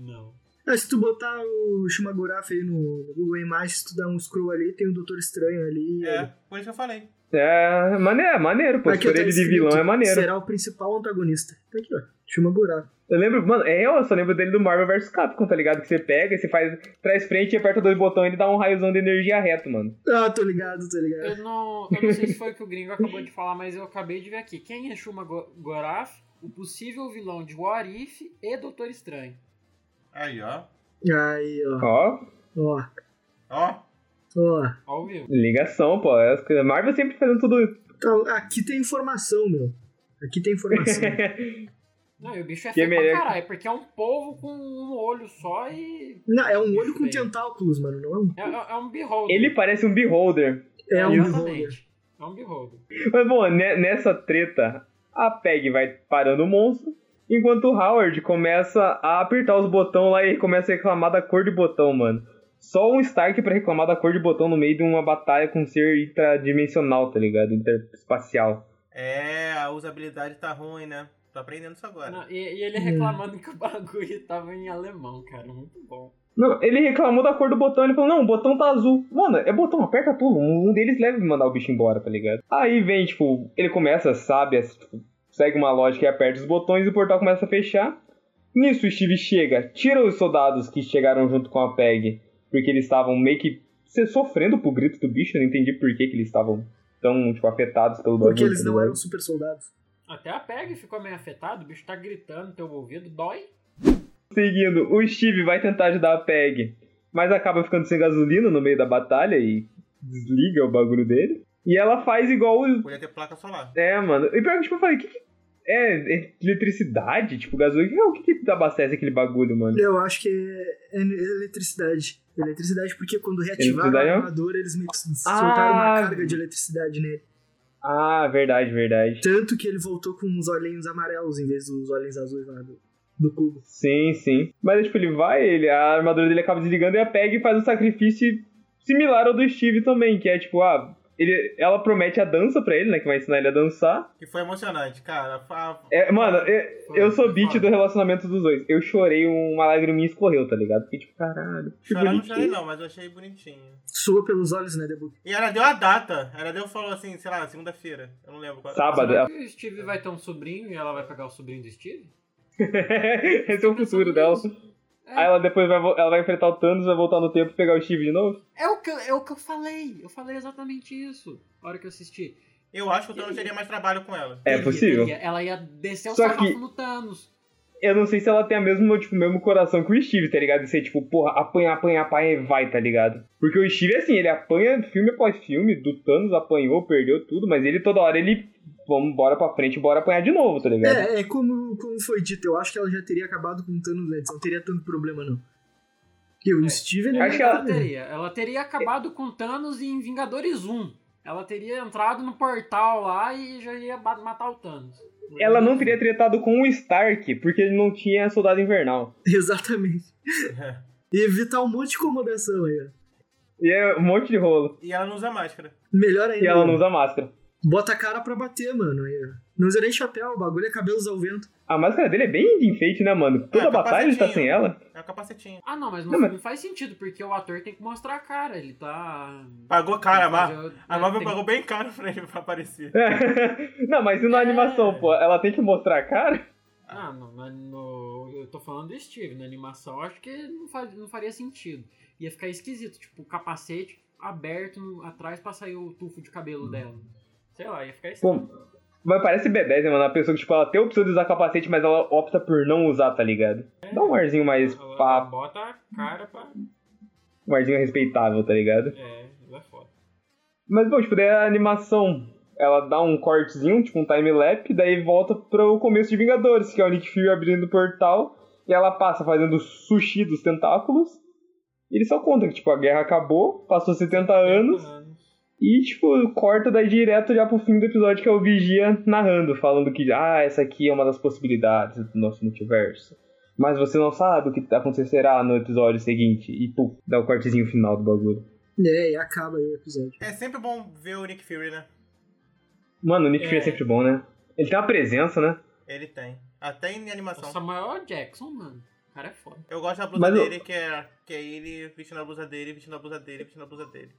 Não. Ah, se tu botar o Shumaguraf aí no Google Imagens, se tu dá um scroll ali, tem o Doutor Estranho ali. É, por isso que eu falei. É maneiro, maneiro pô. Se Aqui, ó, for tá ele de escrito, vilão, é maneiro. Será o principal antagonista. Tá aqui, ó. Shumaguraf. Eu lembro, mano, é eu só lembro dele do Marvel vs Capcom, tá ligado? Que você pega, você faz traz frente e aperta dois botões e ele dá um raiozão de energia reto, mano. Ah, tô ligado, tô ligado. Eu não, eu não sei se foi o que o gringo acabou de falar, mas eu acabei de ver aqui. Quem é Shuma Go- Goraf, o possível vilão de What If e Doutor Estranho? Aí, ó. Aí, ó. Ó, Ó, Ó. ó. Ao vivo. ligação, pô. É as coisas- Marvel sempre fazendo tudo. Então, aqui tem informação, meu. Aqui tem informação. Não, e o bicho é Que feio pra merece. caralho, porque é um polvo com um olho só e. Não, é um olho com Bem. tentáculos, mano. Não é um. É, é- é um beholder. ele parece um beholder. É um beholder. Exatamente. É um beholder. Mas bom, ne- nessa treta, a Peg vai parando o monstro, enquanto o Howard começa a apertar os botões lá e começa a reclamar da cor de botão, mano. Só um Stark pra reclamar da cor de botão no meio de uma batalha com um ser intradimensional, tá ligado? Interespacial. É, a usabilidade tá ruim, né? Tô aprendendo isso agora. Não, e, e ele reclamando que o bagulho tava em alemão, cara. Muito bom. Não, ele reclamou da cor do botão, ele falou, não, o botão tá azul. Mano, é botão, aperta tudo. Um deles deve mandar o bicho embora, tá ligado? Aí vem, tipo, ele começa, sabe, assim, tipo, segue uma lógica e aperta os botões e o portal começa a fechar. Nisso o Steve chega, tira os soldados que chegaram junto com a Peg, porque eles estavam meio que se sofrendo pro grito do bicho, eu não entendi por que, que eles estavam tão, tipo, afetados pelo Porque bagulho, eles tá não ligado? eram super soldados. Até a PEG ficou meio afetado, o bicho tá gritando no teu ouvido, dói. Seguindo, o Steve vai tentar ajudar a Peg, mas acaba ficando sem gasolina no meio da batalha e desliga o bagulho dele. E ela faz igual. o- Podia ter placa solar. É, mano. E pior que, tipo, eu falei, que que. É, é eletricidade? Tipo, gasolina? Que- O que, que abastece aquele bagulho, mano? Eu acho que é é eletricidade. Eletricidade, porque quando reativaram Eletricidade, a ó. armadura, eles meio que soltaram uma Ah. carga de eletricidade nele. Ah, verdade, verdade. Tanto que ele voltou com uns olhinhos amarelos em vez dos olhinhos azuis lá do, do cubo. Sim, sim. Mas, tipo, ele vai, ele, a armadura dele acaba desligando e a Peg faz um sacrifício similar ao do Steve também, que é tipo, ah. Ele, ela promete a dança pra ele, né? Que vai ensinar ele a dançar. Que foi emocionante, cara. Fa- É, mano, é- Foi- Eu sou foi beat foda. do relacionamento dos dois. Eu chorei, uma lagriminha escorreu, tá ligado? Fiquei tipo, caralho. Que Chorar não bonitinho. chorei não, mas eu achei bonitinho. Soa pelos olhos, né, Debu? E ela deu a data. Ela deu, falou assim, sei lá, segunda-feira. Eu não lembro qual. Sábado. Será que o Steve vai ter um sobrinho e ela vai pegar o sobrinho do Steve? Esse é o futuro dela. É. Aí ela depois vai, vo- ela vai enfrentar o Thanos, vai voltar no tempo e pegar o Steve de novo. É o, que, eu- é o que eu falei. Eu falei exatamente isso na hora que eu assisti. Eu acho que o Thanos teria mais trabalho com ela. É Ele- possível. ele ia- ela ia descer o Só sarrafo que- no Thanos. Eu não sei se ela tem a mesma, tipo, o mesmo coração que o Steve, tá ligado? De ser tipo, porra, apanha, apanha, apanha e vai, tá ligado? Porque o Steve é assim, ele apanha filme após filme, do Thanos apanhou, perdeu tudo, mas ele toda hora ele vamos bora pra frente, bora apanhar de novo, tá ligado? É, é como, como foi dito, eu acho que ela já teria acabado com o Thanos antes, não teria tanto problema, não. Porque o É. Steve, ele Eu Acho acho que que ela- ela teria. Ela teria acabado com Thanos em Vingadores 1. Ela teria entrado no portal lá e já ia ba- matar o Thanos. Ela não teria tretado com o Stark, porque ele não tinha soldado invernal. Exatamente. É. E evitar um monte de incomodação aí, ó. E é um monte de rolo. E ela não usa máscara. Melhor ainda. E ela não mano. usa máscara. Bota a cara pra bater, mano. aí, ó. Não usa nem chapéu, o bagulho é cabelos ao vento. A máscara dele é bem de enfeite, né, mano? Toda É, batalha ele tá capacetinho. sem ela. É o capacetinho. Ah, não, mas no Não, mas- filme faz sentido, porque o ator tem que mostrar a cara. Ele tá. Pagou cara, a tem que Marvel. fazer o- A Marvel tem- pagou bem caro pra ele pra aparecer. não, mas e na É. animação, pô? Ela tem que mostrar a cara? Ah, não, na- no- eu tô falando do Steve, na animação, eu acho que não, faz- não faria sentido. Ia ficar esquisito, tipo, o capacete aberto no- atrás pra sair o tufo de cabelo dela. Sei lá, ia ficar estranho. Mas parece B10, né, mano? A pessoa que, tipo, ela tem a opção de usar capacete, mas ela opta por não usar, tá ligado? Dá um arzinho mais Ela- ela pá, bota a cara pra. um arzinho respeitável, tá ligado? É, ela é foda. Mas, bom, tipo, daí a animação, ela dá um cortezinho, tipo um time-lapse, daí volta pro começo de Vingadores, que é o Nick Fury abrindo o portal, e ela passa fazendo sushi dos tentáculos, e ele só conta que, tipo, a guerra acabou, passou 70 anos, e, tipo, corta daí direto já pro fim do episódio, que é o Vigia narrando, falando que, ah, essa aqui é uma das possibilidades do nosso multiverso. Mas você não sabe o que acontecerá no episódio seguinte. E, pum, dá o cortezinho final do bagulho. É, e acaba aí o episódio. É sempre bom ver o Nick Fury, né? Mano, o Nick É. Fury é sempre bom, né? Ele tem uma presença, né? Ele tem. Até em animação. O Samuel Jackson, mano. O cara é foda. Eu gosto da blusa Mas eu- dele, que, é, que é ele vestindo a blusa dele, vestindo a blusa dele, vestindo a blusa dele.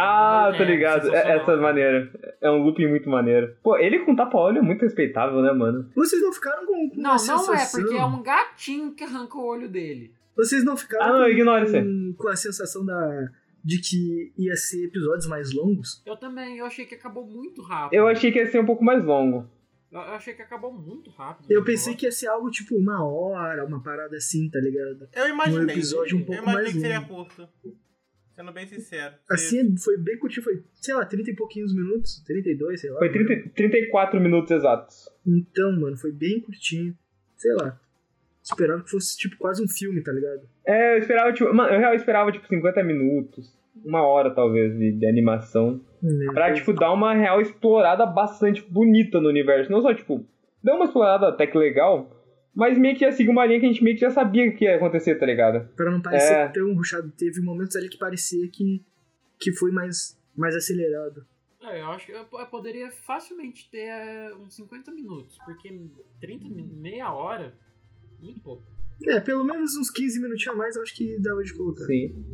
Ah, É, tô ligado. É, sensacional. essa é maneira. É um looping muito maneiro. Pô, ele com tapa-olho é muito respeitável, né, mano? Vocês não ficaram com. com Não, uma não é, sensação- porque é um gatinho que arranca o olho dele. Vocês não Ah, ficaram não, ignora isso aí. com, com a sensação da, de que ia ser episódios mais longos? Eu também, eu achei que acabou muito rápido. Eu achei que ia ser um pouco mais longo. Eu eu achei que acabou muito rápido. Eu o pensei negócio. que ia ser algo tipo uma hora, uma parada assim, tá ligado? Eu imaginei. Um episódio um pouco eu imaginei mais que seria longo. curto. Sendo bem sincero. Assim, foi bem curtinho, foi, sei lá, 30 e pouquinhos minutos, 32, sei lá. Foi 30, 34 minutos exatos. Então, mano, foi bem curtinho. Sei lá. Esperava que fosse tipo quase um filme, tá ligado? É, eu esperava, tipo. Mano, eu realmente esperava, tipo, 50 minutos. Uma hora, talvez, de, de animação. Né? Pra, tipo, dar uma real explorada bastante bonita no universo. Não só, tipo, deu uma explorada até que legal. Mas meio que ia seguir uma linha que a gente meio que já sabia que ia acontecer, tá ligado? Pra não parecer É. tão ruchado. Teve momentos ali que parecia que, que foi mais, mais acelerado. É, eu acho que eu, po- eu poderia facilmente ter é, uns 50 minutos, porque 30, mi- meia hora, muito pouco. É, pelo menos uns 15 minutinhos a mais eu acho que dava de colocar. Sim.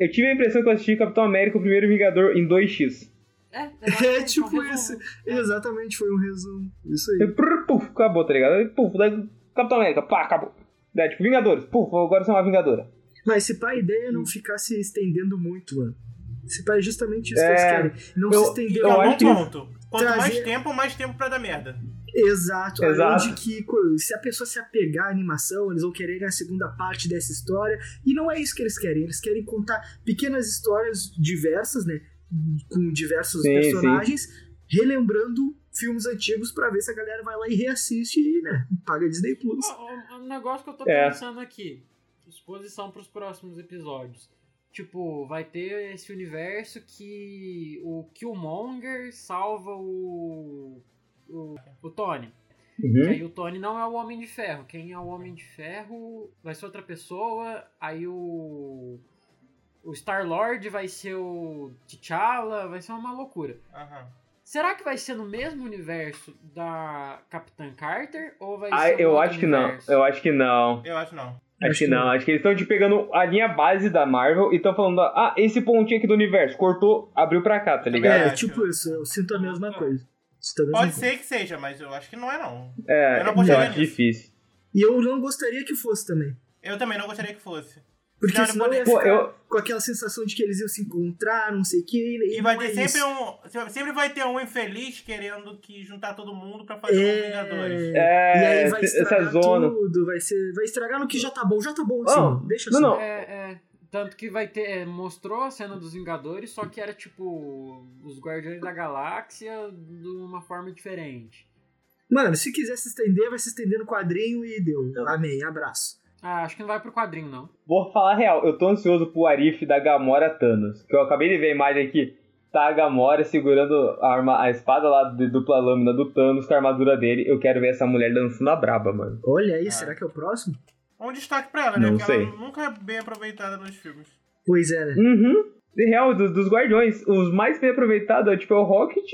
Eu tive a impressão que eu assisti Capitão América, o primeiro Vingador, em 2x. É, eu acho que É um tipo resumo. esse. Exatamente, foi um resumo. Isso E aí. prrr, puf, acabou, tá ligado? E puf, daí Capitão América, pá, acabou. Daí, tipo, Vingadores, puf, agora são uma Vingadora. Mas se pá, a ideia é não ficar se estendendo muito, mano. Se pá, é justamente isso que É, eles querem. Não eu- se estender eu Eu acho acho que- ponto. Quanto mais Trazer- tempo, mais tempo pra dar merda. Exato. Exato. Além de que co- se a pessoa se apegar à animação, eles vão querer a segunda parte dessa história. E não é isso que eles querem. Eles querem contar pequenas histórias diversas, né? Com diversos Sim, personagens, relembrando filmes antigos pra ver se a galera vai lá e reassiste e, né? Paga Disney Plus. Ó, ó, Um negócio que eu tô É. pensando aqui, exposição pros próximos episódios. Tipo, vai ter esse universo que o Killmonger salva o, o, o Tony. E Uhum. aí o Tony não é o Homem de Ferro. Quem é o Homem de Ferro vai ser outra pessoa. Aí o. O Star-Lord vai ser o T'Challa, vai ser uma loucura. Aham. Será que vai ser no mesmo universo da Capitã Carter? Ou vai Ah, ser. um eu é outro acho que não, universo? eu acho que não. Eu acho não. Acho que não, acho que eles estão te pegando a linha base da Marvel e estão falando, ah, esse pontinho aqui do universo, cortou, abriu pra cá, tá ligado? É, acho. tipo isso. Eu sinto a mesma coisa. Sinto a mesma Pode coisa. ser que seja, mas eu acho que não é não. É, Eu não eu apostaria acho nisso. difícil. E eu não gostaria que fosse também. Eu também não gostaria que fosse. Porque Não, não senão pode- ia Pô, ficar eu, com aquela sensação de que eles iam se encontrar, não sei o que. E, E vai não ter é sempre isso. um. Sempre vai ter um infeliz querendo que juntar todo mundo pra fazer um Vingadores. é, E aí vai essa estragar zona. tudo, vai, ser, vai estragar no que já tá bom. Já tá bom Não, assim, deixa não, assim. não. É, é. Tanto que vai ter. é, Mostrou a cena dos Vingadores, só que era tipo. Os Guardiões da Galáxia de uma forma diferente. Mano, se quiser se estender, vai se estender no quadrinho e deu. Amém, abraço. Ah, acho que não vai pro quadrinho, não. Vou falar a real, eu tô ansioso pro Arif da Gamora Thanos. Que eu acabei de ver a imagem aqui. Tá a Gamora segurando a, arma, a espada lá de dupla lâmina do Thanos com a armadura dele. Eu quero ver essa mulher dançando a braba, mano. Olha aí, Ah. será que é o próximo? Um destaque pra ela, né? Não Porque sei. ela nunca é bem aproveitada nos filmes. Pois é, né? Uhum. De real, dos, dos Guardiões, os mais bem aproveitados é tipo é o Rocket,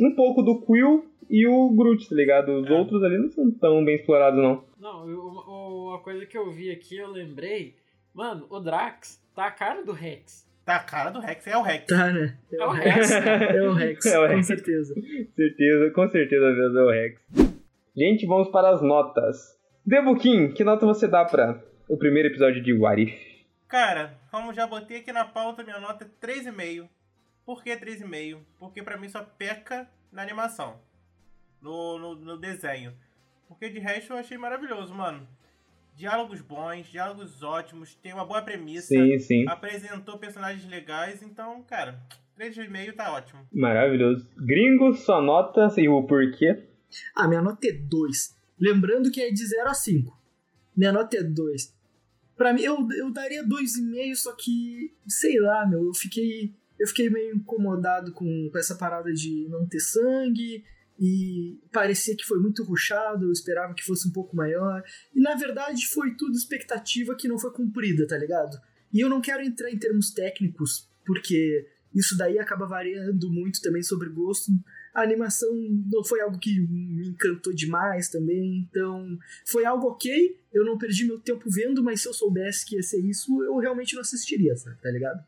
um pouco do Quill e o Groot, tá ligado? Os É. outros ali não são tão bem explorados, não. Não, eu, o- a coisa que eu vi aqui, eu lembrei. Mano, o Drax tá a cara do Rex. Tá a cara do Rex, é o Rex. Tá, né? É o Rex. É o Rex, É o com Rex. certeza. certeza, com certeza mesmo é o Rex. Gente, vamos para as notas. Debuquim, que nota você dá pra o primeiro episódio de Warif? Cara, como já botei aqui na pauta, minha nota é 3,5. Por que 3,5? Porque pra mim só peca na animação. No, no, no desenho. Porque de resto eu achei maravilhoso, mano. Diálogos bons, diálogos ótimos, tem uma boa premissa. Sim, sim. Apresentou personagens legais, então, cara, 3,5 tá ótimo. Maravilhoso. Gringo, sua nota e o porquê. Ah, minha nota é 2. Lembrando que é de 0 a 5. Minha nota é 2. Pra mim, eu, eu daria 2,5, só que, sei lá, meu, eu fiquei. Eu fiquei meio incomodado com, com essa parada de não ter sangue. E parecia que foi muito ruchado, eu esperava que fosse um pouco maior. E na verdade foi tudo expectativa que não foi cumprida, tá ligado? E eu não quero entrar em termos técnicos, porque isso daí acaba variando muito também sobre gosto a animação não foi algo que me encantou demais também, então foi algo ok, eu não perdi meu tempo vendo, mas se eu soubesse que ia ser isso, eu realmente não assistiria, sabe, tá ligado?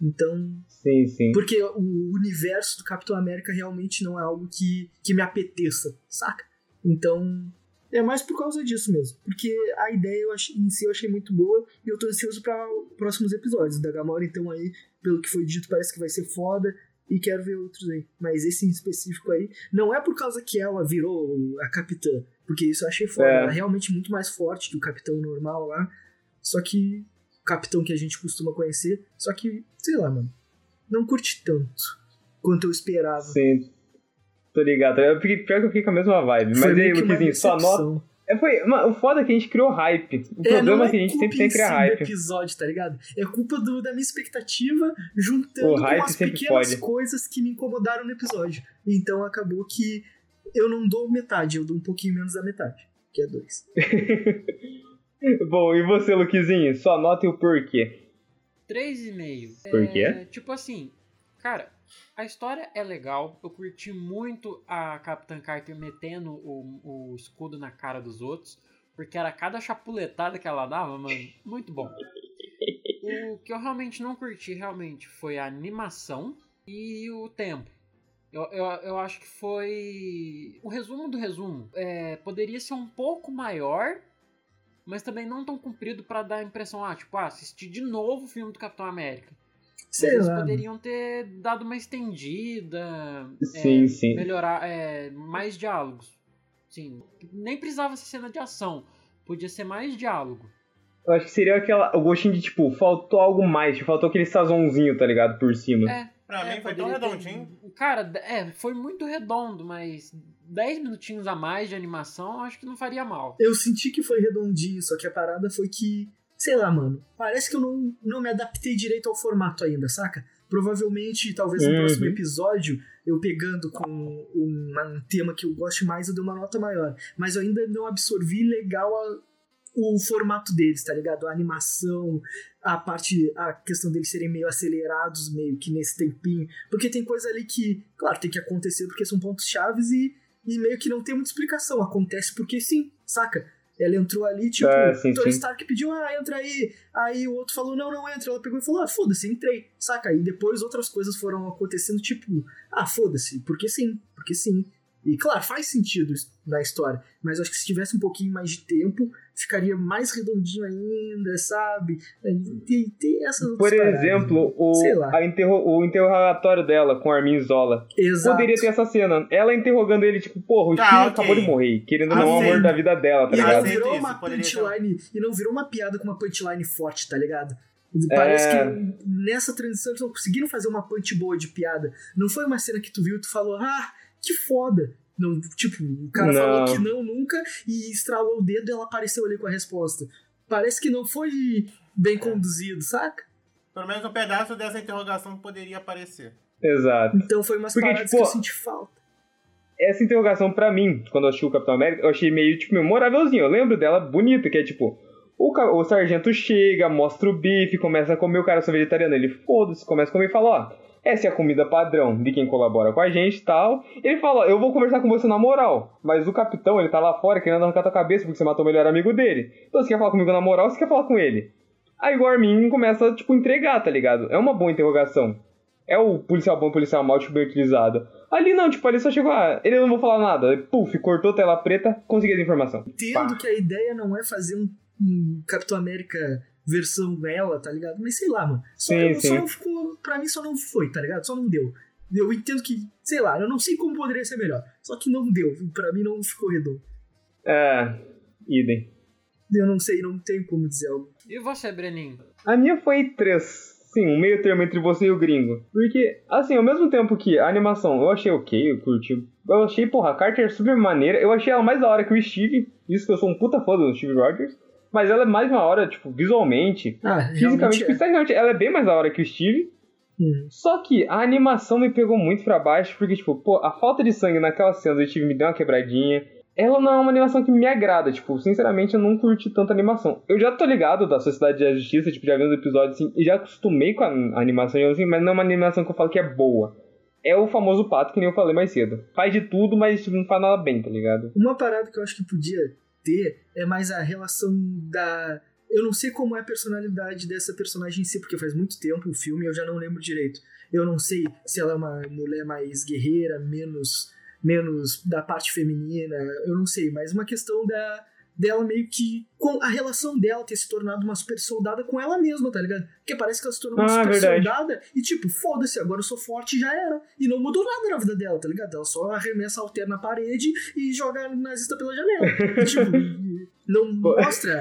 Então, Sim, sim. porque o universo do Capitão América realmente não é algo que, que me apeteça, saca? Então, é mais por causa disso mesmo, porque a ideia eu achei, em si eu achei muito boa e eu tô ansioso para próximos episódios da Gamora, então aí, pelo que foi dito, parece que vai ser foda e quero ver outros aí, mas esse em específico aí, não é por causa que ela virou a capitã, porque isso eu achei foda, É. ela é realmente muito mais forte que o capitão normal lá, só que o capitão que a gente costuma conhecer, só que, sei lá, mano, não curti tanto quanto eu esperava. Sim. Tô ligado. Eu fiquei, pior que eu fiquei com a mesma vibe. Mas e aí, meio que uma Luquizinho, sua decepção. nota. É, foi, mano, o foda é que a gente criou hype. O É, não problema é, é que a gente culpa sempre tem em que criar si do hype. episódio, tá ligado? É culpa do- da minha expectativa juntando O com hype as sempre pequenas pode. coisas que me incomodaram no episódio. Então acabou que eu não dou metade, eu dou um pouquinho menos da metade, que é dois. Bom, e você, Luquizinho, sua nota e o porquê. 3,5. Por É, quê? tipo assim, cara, a história é legal. Eu curti muito a Capitã Carter metendo o, o escudo na cara dos outros. Porque era cada chapuletada que ela dava, mano, muito bom. O que eu realmente não curti, realmente, foi a animação e o tempo. Eu, eu, eu acho que foi. O resumo do resumo é, poderia ser um pouco maior, mas também não tão comprido pra dar a impressão, ah, tipo, ah, assisti de novo o filme do Capitão América. Mas Sei eles lá. poderiam ter dado uma estendida, é, Sim, sim. melhorar é, mais diálogos. Sim, nem precisava ser cena de ação, podia ser mais diálogo. Eu acho que seria aquela, o gostinho de, tipo, faltou algo mais. Tipo, faltou aquele sazonzinho, tá ligado? Por cima. É, Pra É, mim foi tão poderia ter- redondinho. Cara, é, foi muito redondo, mas 10 minutinhos a mais de animação eu acho que não faria mal. Eu senti que foi redondinho, só que a parada foi que, sei lá, mano, parece que eu não, não me adaptei direito ao formato ainda, saca? Provavelmente, talvez no Uhum. próximo episódio, eu pegando com um, um tema que eu goste mais, eu dei uma nota maior. Mas eu ainda não absorvi legal a- o formato deles, tá ligado? A animação, a parte, a questão deles serem meio acelerados, meio que nesse tempinho. Porque tem coisa ali que, claro, tem que acontecer porque são pontos chaves e, e meio que não tem muita explicação. Acontece porque sim, saca? Ela entrou ali, tipo, É, sim, Tony sim. Stark pediu, ah, entra aí. Aí o outro falou, não, não entra. Ela pegou e falou, ah, foda-se, entrei, saca? E depois outras coisas foram acontecendo, tipo, ah, foda-se, porque sim, porque sim. E claro, faz sentido isso na história, mas acho que se tivesse um pouquinho mais de tempo, ficaria mais redondinho ainda, sabe? É, Tem, tem essas outras Por paradas. exemplo, o, Sei lá. a interro- o interrogatório dela com Armin Zola. Exato. Poderia ter essa cena. Ela interrogando ele, tipo, porra, o Tá, Steve ok. acabou de morrer. Querendo ou não, é o amor Aceito. da vida dela, tá E ligado? não Aceito virou isso, uma poderia um ser. punchline. E não virou uma piada com uma punchline forte, tá ligado? Parece É. que nessa transição eles não conseguiram fazer uma punch boa de piada. Não foi uma cena que tu viu e tu falou, ah, que foda. Não, tipo, o cara Não. falou que não nunca e estralou o dedo e ela apareceu ali com a resposta. Parece que não foi bem conduzido, saca? Pelo menos um pedaço dessa interrogação poderia aparecer. Exato. Então foi umas Porque, paradas tipo, que eu senti falta. Essa interrogação, pra mim, quando eu assisti o Capitão América, eu achei meio, tipo, memorávelzinho. Eu lembro dela bonita, que é tipo. O, ca- o sargento chega, mostra o bife, começa a comer, o cara só vegetariano, ele foda-se, começa a comer e fala, ó, essa é a comida padrão de quem colabora com a gente e tal. Ele fala, ó, eu vou conversar com você na moral, mas o capitão, ele tá lá fora querendo arrancar tua cabeça porque você matou o melhor amigo dele. Então você quer falar comigo na moral, ou você quer falar com ele. Aí o Armin começa, tipo, entregar, tá ligado? É uma boa interrogação. É o policial bom, policial mal, tipo, bem utilizado. Ali não, tipo, ali só chegou, ah, ele não vou falar nada. E, Puf, cortou a tela preta, consegui a informação. Entendo que a ideia não é fazer um, um Capitão América versão ela, tá ligado? Mas sei lá, mano. Só, Sim, eu- só sim. não ficou. Pra mim só não foi, tá ligado? Só não deu. Eu entendo que, sei lá, eu não sei como poderia ser melhor. Só que não deu. Pra mim não ficou redondo. É, idem. Eu não sei, não tenho como dizer algo. E você, Breninho? A minha foi três. Sim, um meio termo entre você e o gringo. Porque, assim, ao mesmo tempo que a animação eu achei ok, eu curti. Eu achei, porra, a Carter é super maneira. Eu achei ela mais da hora que o Steve. Isso que eu sou um puta fã do Steve Rogers. Mas ela é mais uma hora, tipo, visualmente, Ah, fisicamente, realmente é. fisicamente, ela é bem mais da hora que o Steve. Hum. Só que a animação me pegou muito pra baixo, porque, tipo, pô, a falta de sangue naquela cena do Steve me deu uma quebradinha. Ela não é uma animação que me agrada, tipo, sinceramente eu não curti tanta animação. Eu já tô ligado da Sociedade da Justiça, tipo, já vi uns episódios assim, e já acostumei com a a animação, digamos assim, mas não é uma animação que eu falo que é boa. É o famoso pato que nem eu falei mais cedo. Faz de tudo, mas tipo, não faz nada bem, tá ligado? Uma parada que eu acho que podia ter é mais a relação da. Eu não sei como é a personalidade dessa personagem em si, porque faz muito tempo o filme e eu já não lembro direito. Eu não sei se ela é uma mulher mais guerreira, menos menos da parte feminina, eu não sei, mas uma questão da dela meio que com a relação dela ter se tornado uma super soldada com ela mesma, tá ligado? Porque parece que ela se tornou uma Ah, super verdade. soldada e tipo, foda-se, agora eu sou forte e já era. E não mudou nada na vida dela, tá ligado? Ela só arremessa alter na parede e joga nazista pela janela. E, tipo, não mostra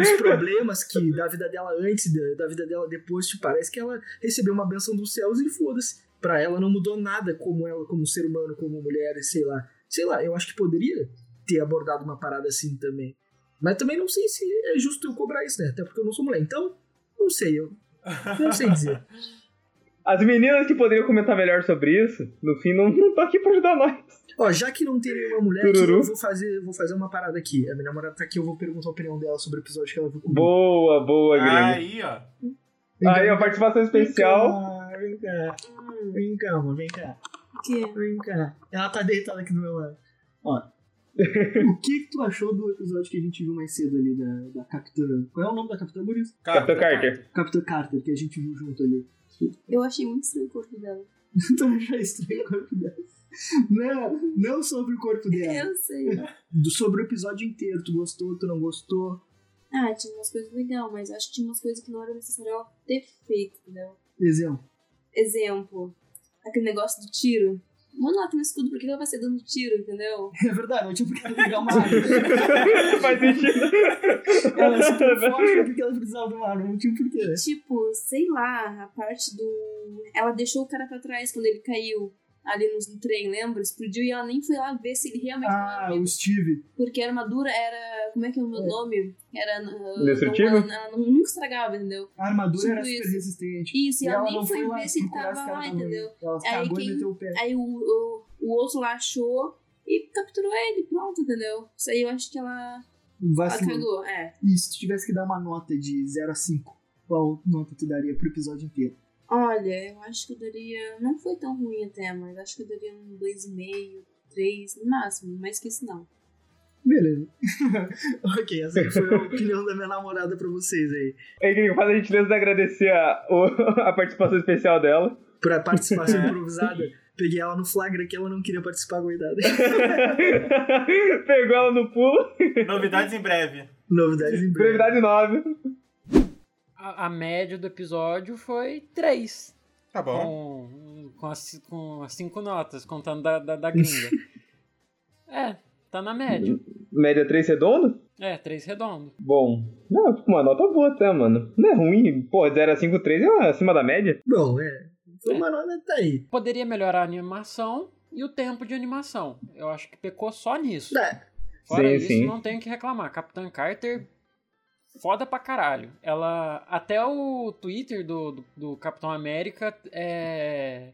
os problemas que da vida dela antes, da, da vida dela depois, tipo, parece que ela recebeu uma benção dos céus e foda-se. Pra ela não mudou nada como ela, como ser humano, como mulher, e sei lá. Sei lá, eu acho que poderia ter abordado uma parada assim também. Mas também não sei se é justo eu cobrar isso, né? Até porque eu não sou mulher. Então, não sei, eu não sei dizer. As meninas que poderiam comentar melhor sobre isso, no fim, não, não tô aqui pra ajudar nós. Ó, já que não tem nenhuma mulher aqui, Tururu. eu vou fazer, eu vou fazer uma parada aqui. A minha namorada tá aqui, eu vou perguntar a opinião dela sobre o episódio que ela viu comigo. Boa, boa, gringo. Aí, ó. Vem cá, Aí, vem a cá. participação especial. então, Vem cá, vem cá. Hum, Vem cá, amor, vem cá. Vem cá. Ela tá deitada aqui do meu lado. Ó. o que, que tu achou do episódio que a gente viu mais cedo ali da, da Capitã. Qual é o nome da Capitã Maurício? Ah, Capitão tá. Carter. Capitã Carter, que a gente viu junto ali. Eu achei muito estranho o corpo dela. Então já estranho o corpo dela. Não, não sobre o corpo dela. Eu sei. Do- sobre o episódio inteiro. Tu gostou, tu não gostou. Ah, tinha umas coisas legais, mas eu acho que tinha umas coisas que não era necessário ela ter feito, entendeu? Exemplo. Exemplo, aquele negócio do tiro. Mano, ela tem um escudo, por que ela vai ser dando tiro, entendeu? É verdade, eu tinha porque pegar uma arma. Faz sentido. Ela é super forte porque ela precisava de uma arma. Não tinha porquê, né? Tipo, sei lá, a parte do. Ela deixou o cara pra trás quando ele caiu ali no, no trem, lembra? Explodiu e ela nem foi lá ver se ele realmente Ah, tava vivo. o Steve. Porque a armadura era. Como é que é o meu nome? Era. ah, Destrutivo? Não, ela não- nunca estragava, entendeu? A armadura era Tipo super isso. resistente. Isso, e, ela, nem não foi lá ver se ele procurar tava os caras lá, estavam entendeu? indo. Ela Aí é, cagou e quem- meteu o pé. Aí o, o, o outro lá achou e capturou ele, pronto, entendeu? Isso aí eu acho que ela, ela Vacilou. cagou, é. Um E se tu tivesse que dar uma nota de 0 a 5, qual nota tu daria pro episódio inteiro? Olha, eu acho que eu daria. Não foi tão ruim até, mas acho que eu daria um 2,5, 3, no máximo, mais que isso não. Beleza. ok, essa que foi a opinião da minha namorada pra vocês aí. Ei, Gringo, faz a gentileza de agradecer a, o- a participação especial dela. Pra participação improvisada, peguei ela no flagra que ela não queria participar, coitada. Pegou ela no pulo. Novidades em breve. Novidades em breve. Brevidade 9. A, a média do episódio foi 3. Tá Com, com, as, ci- com as cinco notas, contando da, da, da gringa. é, tá na média. Média 3 redondo? É, três redondo. Bom, não, tipo, uma nota boa até, mano. Não é ruim. Pô, 0,53 é acima da média. Bom, é. Foi uma nota tá aí. Poderia melhorar a animação e o tempo de animação. Eu acho que pecou só nisso. Tá. Fora Sim, isso, sim. não tenho o que reclamar. Capitã Carter, foda pra caralho. Ela. Até o Twitter do, do, do Capitão América é.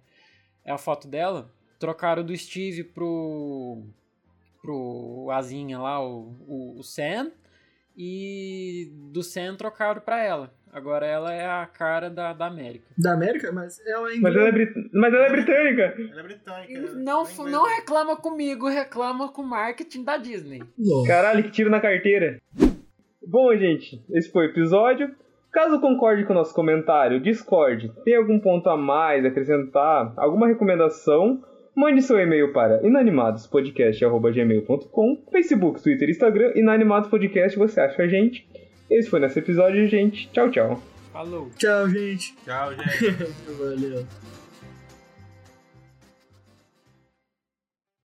É a foto dela. Trocaram do Steve pro. pro Azinha lá, o, o, o Sam. E do Sam trocaram pra ela. Agora ela é a cara da, da América. Da América, mas ela ainda. Mas ela é, brit... Mas ela é britânica. Ela é britânica. Não, ela é f- inglesa. não reclama comigo, reclama com o marketing da Disney. Não. Caralho, que tiro na carteira. Bom, gente, esse foi o episódio. Caso concorde com o nosso comentário, discorde, tem algum ponto a mais, acrescentar, alguma recomendação, mande seu e-mail para inanimadospodcast.gmail.com, Facebook, Twitter, Instagram, Inanimados Podcast, você acha a gente. Esse foi nosso episódio, gente. Tchau, tchau. Falou. Tchau, gente. Tchau, gente. Valeu.